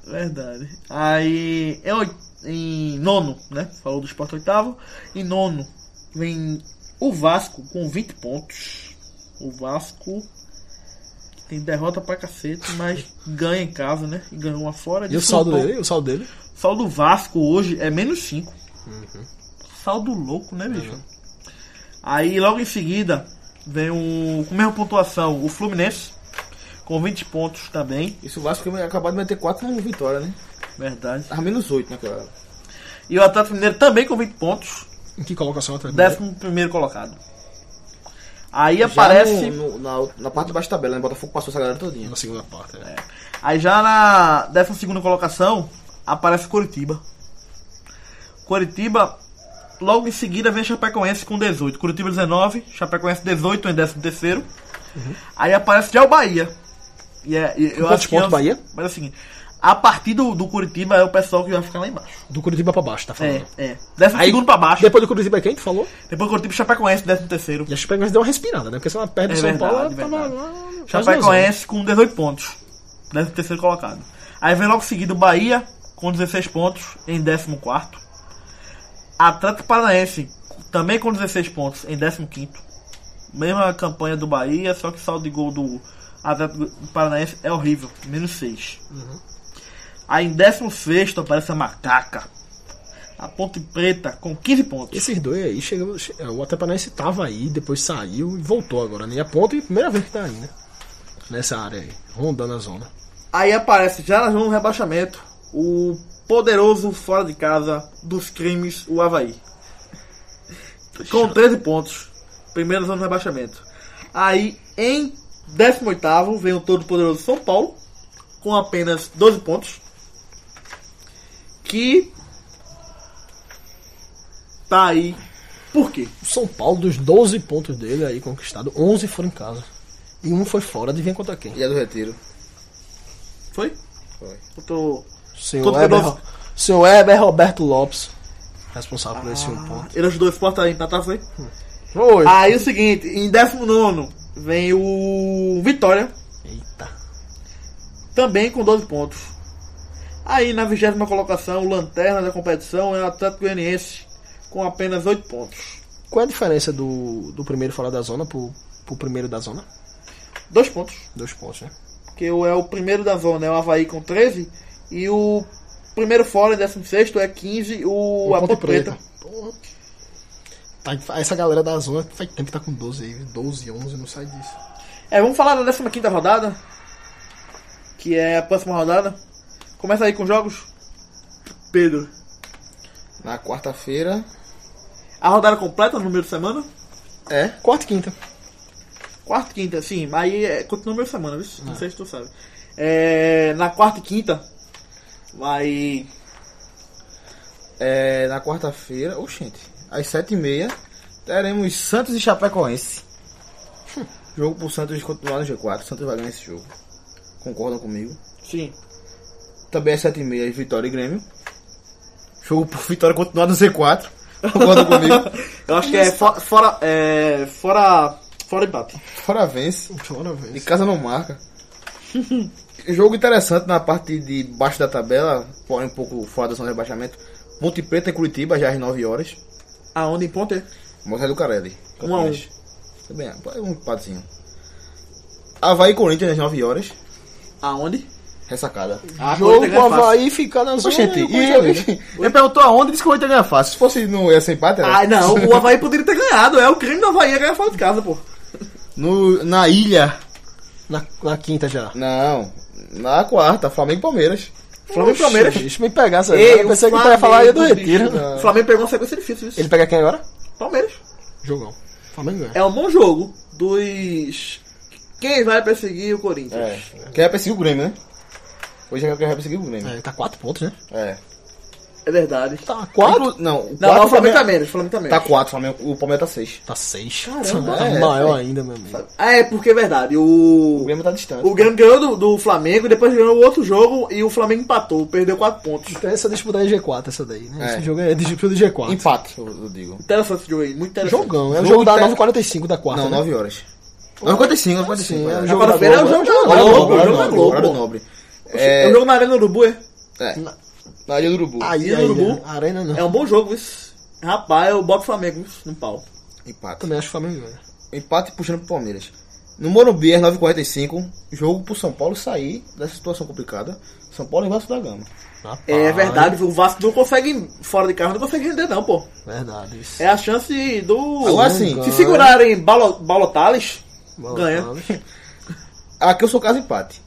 A: Verdade. Aí é oi- em nono, né? Falou do Sport oitavo. Em nono vem o Vasco com 20 pontos. O Vasco que tem derrota pra cacete, mas ganha em casa, né? E ganhou uma fora.
D: E o saldo
A: Descontou-
D: dele? O saldo dele?
A: saldo Vasco hoje é menos 5.
D: Uhum.
A: Saldo louco, né, bicho? Aí logo em seguida vem o, com a mesma pontuação o Fluminense com 20 pontos também.
C: Isso o Vasco acabou de meter quatro no vitória, né?
A: Verdade.
C: Tava menos oito né, naquela hora.
A: E o Atlético Mineiro também com 20 pontos.
D: Em que colocação atrás
A: Décimo primeiro colocado. Aí
C: Já
A: aparece.
C: no- no- na, na parte de baixo da tabela, né? O Botafogo passou essa galera todinha.
D: Na segunda parte, né?
A: É. Aí já na décima segunda colocação aparece Curitiba. Curitiba, logo em seguida vem Chapecoense com 18. Curitiba 19, Chapecoense 18 em décimo terceiro.
D: Uhum.
A: Aí aparece já o Bahia. E é, e eu
D: quantos
A: acho que é
D: pontos,
A: o-
D: Bahia?
A: Mas é o seguinte. A partir do, do Curitiba é o pessoal que vai ficar lá embaixo.
D: Do Curitiba pra baixo, tá
A: É,
D: falando.
A: é. Décimo segundo pra baixo.
D: Depois do Curitiba quem tu falou?
A: Depois Curitiba e Chapecoense, décimo terceiro.
D: E a Chapecoense deu uma respirada, né? Porque se ela perde
A: É
D: do São
A: verdade,
D: Paulo, ela
A: verdade.
D: tava lá. quase lesão.
A: Chapecoense com 18 pontos. 13 terceiro colocado. Aí vem logo seguido Bahia com 16 pontos em 14. Atlético Paranaense também com 16 pontos em 15. Mesma campanha do Bahia, só que o saldo de gol do Atlético Paranaense é horrível. Menos 6. Aí em 16 aparece a Macaca. A Ponte Preta com 15 pontos.
D: Esses dois aí chegou. che- O Atapanaense tava aí, depois saiu e voltou agora, né? E a ponta é a primeira vez que tá aí, né? Nessa área aí, rondando a zona.
A: Aí aparece já no rebaixamento o poderoso fora de casa dos crimes, o Havaí. Com 13 pontos. Primeiro zona de rebaixamento. Aí em 18 vem o todo poderoso São Paulo. Com apenas 12 pontos. Que tá aí. Por quê?
D: O São Paulo, dos 12 pontos dele aí conquistado, 11 foram em casa. E um foi fora, adivinha contra quem?
C: E a do Retiro.
A: Foi?
C: Foi.
A: Eu tô.
D: Senhor
A: Todo
D: Heber,
A: poderoso.
D: senhor Heber Roberto Lopes, responsável por esse
A: Ah.
D: um ponto.
A: Ele ajudou o Sport a empatar, foi?
D: Oi.
A: Aí o seguinte, em 19 vem o Vitória,
D: Eita.
A: também com 12 pontos. Aí na 20 colocação, o Lanterna da competição é o Atlético Goianiense, com apenas 8 pontos.
D: Qual é a diferença do, do primeiro fora da zona pro, pro primeiro da zona?
A: 2 pontos,
D: Dois pontos, né?
A: porque o- é o primeiro da zona, é o Havaí com 13, e o primeiro fora, em 16 é 15, o,
D: Uma
A: a Ponte Preta.
D: Porra. Tá, essa galera da zona faz tempo que tá com 12 aí, 12, 11, não sai disso.
A: É, vamos falar da 15 rodada, que é a próxima rodada. Começa aí com os jogos. Pedro,
C: Na quarta-feira.
A: a rodada completa no meio de semana?
C: É?
D: Quarta e quinta.
A: Quarta e quinta, sim. mas Aí é, continua meio semana, viu? Não sei se tu sabe. É, na quarta e quinta vai.
C: É, na quarta-feira, oxente, às sete e meia, teremos Santos e Chapecoense. Hum. jogo pro Santos continuar no G4. Santos vai ganhar esse jogo. Concordam comigo?
A: Sim.
C: Também às sete e meia, Vitória e Grêmio. Jogo pro Vitória continuar no Z4. Concordam comigo?
A: Eu acho que é fora. Fora. É, fora, fora embate.
C: Fora vence.
D: Chora,
C: De
D: velho.
C: casa não marca. Jogo interessante na parte de baixo da tabela, porém um pouco fora da zona de rebaixamento. Ponte Preta e Curitiba, já às 9 horas.
A: Aonde em ponte?
C: Mostra do Carelli.
A: Um a um.
C: Campinas. Também é, pode- um empatezinho. Havaí e Corinthians às 9 horas.
A: Aonde?
C: Ressacada.
A: Ah,
D: Jogo
C: é
A: Corinthians ganha
D: o Havaí ficar na zona.
C: Oxente,
D: e o
C: e
D: Corinthians ganha, né?
C: ele, ele perguntou aonde e disse que o Corinthians ganha fácil. Se fosse no esse empate, era.
A: Ah, não, o Havaí poderia ter ganhado. É o crime do Havaí é ganhar fora de casa, pô.
C: No, na ilha.
D: Na, na quinta já.
C: Não. Na quarta, Flamengo e Palmeiras.
A: Flamengo e
D: Oxe,
A: Palmeiras.
D: Deixa eu me pegar essa.
A: Ei,
D: eu
A: o
D: pensei que tu ia falar aí do
A: Flamengo,
D: retiro.
A: bicho. O Flamengo pegou uma sequência difícil, isso.
D: Ele pega quem agora?
A: Palmeiras.
D: Jogão. Flamengo ganha.
A: É um bom jogo dos. Quem vai perseguir o Corinthians?
C: É. Quer perseguir o Grêmio, né? Hoje é que quer perseguir o Grêmio.
D: É, tá 4 pontos, né?
C: É.
A: É verdade.
D: Tá 4?
C: Inclu- Não, o
A: Não, mas
C: quarto
A: o Flamengo tá
C: Flamengo-
A: menos, o Flamengo tá menos.
C: Tá 4, Flamengo, o Palmeiras tá 6.
D: Tá 6.
A: Caramba,
D: Tá
C: é,
D: maior ainda, meu amigo.
A: Ah, é porque é verdade.
C: O
A: O,
C: Grêmio tá distante.
A: o Grêmio ganhou do, do Flamengo, depois ganhou outro jogo e o Flamengo empatou, perdeu 4 pontos.
D: Então essa disputa é G4, essa daí, né?
C: É.
D: Esse jogo é disputa de G4.
C: Empate, eu, eu digo.
A: Interessante esse jogo aí, muito interessante.
D: Jogão, é o
C: Jogo
D: jogo da
C: técnico.
D: 9h45 da quarta.
C: Não,
D: né?
C: 9 horas. 9h45, 9h45.
D: é o
C: é.
D: jogo da
A: Quarta-feira é o
D: Globo.
A: jogo da
C: um
D: Horário
A: Globo, o jogo
D: nobre,
A: da
D: horário nobre.
A: Globo.
C: Horário nobre. É,
A: É um jogo na Arena do Urubu, é?
C: é. Na Ilha do Urubu.
D: Aí,
A: E o
D: aí,
A: Urubu?
D: né? Arena não.
A: É um bom jogo isso. Rapaz, eu boto o Flamengo isso, no pau.
C: Empate.
D: Também acho que o Flamengo ganha.
C: Empate puxando pro Palmeiras. No Morumbi, às 9h45, jogo pro São Paulo sair dessa situação complicada. São Paulo e Vasco da Gama.
A: É verdade, o Vasco não consegue, fora de carro, não consegue render não, pô.
D: Verdade, isso.
A: É a chance do...
C: Agora sim,
A: Se
C: ganha.
A: segurarem Balo, Balotales, ganha.
C: Aqui eu sou caso empate.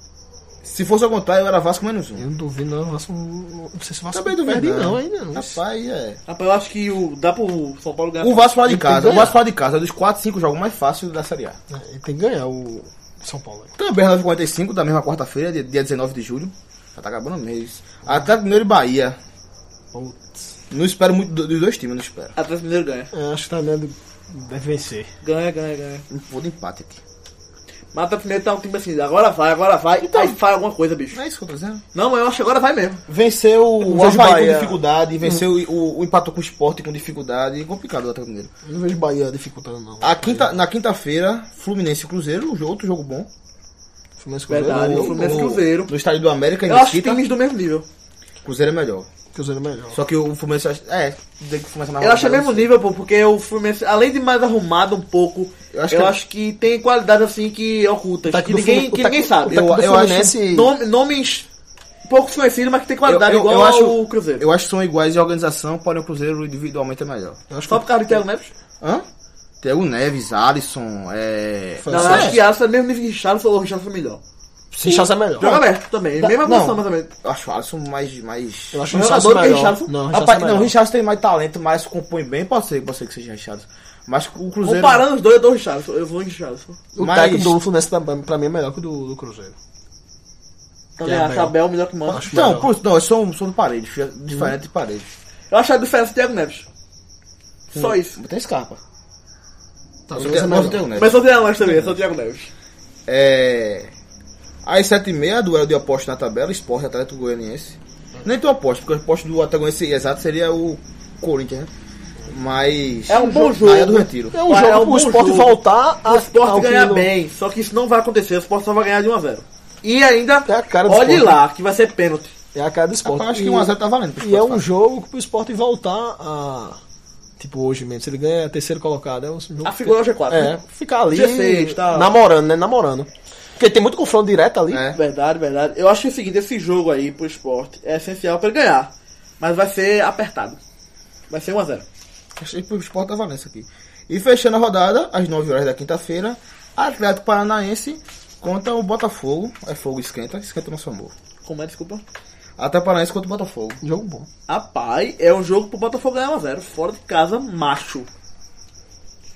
C: Se fosse ao contrário, eu era Vasco menos um.
D: Eu não duvido, não. O Vasco, não sei se o Vasco
C: Também duvido.
D: perde,
A: né?
D: não, ainda não.
C: Rapaz, é.
A: Rapaz, eu acho que o, dá pro São Paulo ganhar.
C: O Vasco fora de
D: Ele tem
C: casa.
D: que
C: O Vasco fora de casa é dos 4, 5 jogos mais fáceis da Série A.
D: É, Ele tem que ganhar o São Paulo. né?
C: Também é às 9h45, da mesma quarta-feira, dia- dia 19 de julho. Já tá acabando o mês. Atlético Mineiro e Bahia.
D: Putz.
C: Não espero muito do- dos dois times, não espero.
A: Atlético Mineiro ganha.
D: É, acho que tá vendo. Deve vencer.
C: Um
A: Ganha, ganha, ganha.
C: Vou de empate aqui.
A: Mata primeiro tá um time assim, agora vai, agora vai.
D: Então-
A: aí faz alguma coisa, bicho.
D: Não é isso que eu tô dizendo?
A: Não, mas eu acho que agora vai mesmo.
C: Venceu o
D: vejo
C: Havaí
D: Bahia.
C: com dificuldade, venceu o, o empatou com o esporte com dificuldade. Complicado o Atlético Mineiro.
D: Eu não vejo Bahia dificultando, não.
A: Ah,
C: A quinta, na quinta-feira, Fluminense e Cruzeiro, um jogo- outro jogo bom.
D: Fluminense Cruzeiro. né?
A: Verdade,
D: Verdade.
A: o Fluminense e Cruzeiro.
C: No estádio do América, em
A: Eu acho
C: Mesquita,
A: times do mesmo nível.
C: Cruzeiro é melhor.
D: Cruzeiro é melhor.
C: Só que o Fluminense. acha- É, tem que começar na
A: Eu acho
C: rodada,
A: mesmo nível, pô, porque o Fluminense, além de mais arrumado um pouco, eu acho, que, tem qualidades assim que ocultas,
C: Tá aqui
A: que
C: do
A: ninguém,
C: Flu-
A: que
C: tá
A: ninguém
C: aqui-
A: sabe.
C: tá aqui
A: Eu-
C: do
A: eu
C: Fluminense-
A: acho nome- nomes pouco conhecidos, mas que tem qualidade
C: eu- eu
A: igual
C: acho-
A: ao Cruzeiro.
C: Eu acho que são iguais em organização, porém o Cruzeiro individualmente é melhor.
D: Eu acho
A: Só por causa do Thiago Neves?
C: Hã? Thiago Neves, Alisson, é.
A: Não, eu acho que Alisson é mesmo nível que Richarlison ou Richarlison é melhor.
D: que o Chaves é melhor.
A: Joga aberto também, mesma
C: não.
A: posição mais ou menos.
C: Eu acho o Alisson mais. mais...
D: Eu acho
A: Eu
D: o
A: adoro
D: Chaves
A: que o
D: melhor.
A: Richarlison-
D: Não, o
C: Rapaz,
D: Richarlison é
C: não, o
D: melhor.
C: Richardson tem mais talento, mas compõe bem, pode ser, pode ser que seja Richardson. Mas o Cruzeiro.
A: Comparando os dois, eu dou o Richarlison, eu vou em Richarlison.
D: O
C: mas-
D: técnico do Fluminense também, pra mim é melhor que o do, do Cruzeiro.
A: Também
D: é
A: acho
D: melhor.
A: Abel melhor que Mano.
D: Acho
C: Não,
D: melhor.
C: Cruzeiro, não, eu sou, sou do parede, fi- diferente de parede.
A: Eu acho a diferença do Thiago Neves. Só isso.
C: Tem escapa.
D: Tá, o
C: Eu
D: Fluminense
C: tenho-
D: é
C: eu
D: melhor.
C: tenho, né?
A: Mas só o Thiago Neves também, é só o Thiago Neves.
C: É. Às 7h30, duelo de aposta na tabela, esporte Atlético Goianiense. Nem teu aposta, porque o aposta do Atlético Goianiense exato seria o Corinthians, né? Mas.
A: É um bom
C: Na área do
A: jogo.
C: Retiro.
D: É um
A: É
D: jogo
A: um
D: pro
A: bom
D: esporte
A: jogo.
D: voltar a.
A: O Sport
D: ao que
A: ganhar
D: não-
A: bem, só que isso não vai acontecer, o Sport só vai ganhar de 1x0. E ainda,
D: É a cara do
A: olhe
D: Sport,
A: lá, que vai ser pênalti.
D: É a cara do esporte.
C: Eu acho que
D: E-
C: 1x0 tá valendo. pro
D: E é
C: esporte,
D: um jogo pro esporte voltar a. Tipo, hoje mesmo. Se ele ganha terceiro colocado, é um jogo.
A: A figura é o G4,
D: É,
A: né?
D: ficar ali.
A: 16, tá.
D: Namorando, né? Namorando. Porque tem muito confronto direto ali.
C: É.
A: Verdade, verdade. Eu acho que é o seguinte, esse jogo aí pro Sport é essencial pra ele ganhar. Mas vai ser apertado. Vai ser 1x0.
C: Achei tá? pro Sport da Valença aqui. E fechando a rodada, às 9 horas da quinta-feira, Atlético Paranaense contra o Botafogo. É fogo esquenta, esquenta nosso amor.
A: Como é, desculpa?
C: Atlético Paranaense contra o Botafogo.
D: Jogo bom.
A: Rapaz, é um jogo pro Botafogo ganhar 1x0. Fora de casa, macho.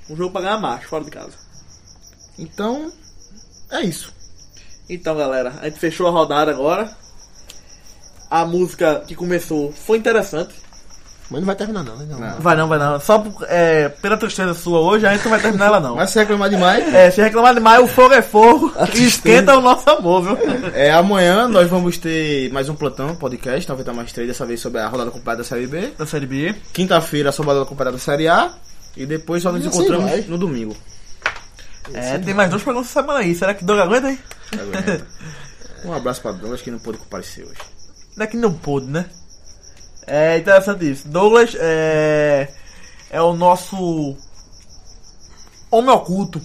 A: Um jogo pra ganhar macho, fora de casa.
C: Então, é isso.
A: Então, galera, a gente fechou a rodada agora. A música que começou foi interessante.
D: Mas não vai terminar, não. né? não.
C: Não.
A: Vai não, vai não. Só por- é, pela tristeza sua hoje, a gente não vai terminar ela não.
C: Mas se reclamar demais,
A: É, se reclamar demais, o fogo é fogo e esquenta o nosso amor, viu?
C: é, amanhã nós vamos ter mais um plantão, podcast, 90 mais 3, dessa vez sobre a rodada completa da Série B.
A: Da Série B.
C: Quinta-feira sobre a rodada completa da Série A. E depois só nos
D: E assim
C: encontramos
D: vai.
C: no domingo.
A: É, tem mais dois programas essa semana aí. Será que Doug aguenta, hein?
C: Aguenta. Um abraço pra Douglas que não pôde comparecer hoje.
A: Será que não pôde, né? É interessante isso. Douglas é, é o nosso homem oculto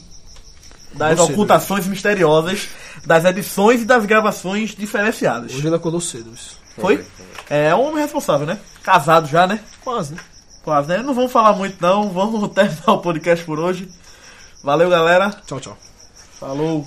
A: das
D: Você,
A: ocultações misteriosas, das edições e das gravações diferenciadas.
D: Hoje ele acordou cedo. Isso.
A: Foi? É um homem responsável, né? Casado já, né?
D: Quase, né?
A: Quase, né? Não vamos falar muito, não. Vamos terminar o podcast por hoje. Valeu, galera.
D: Tchau, tchau.
A: Falou.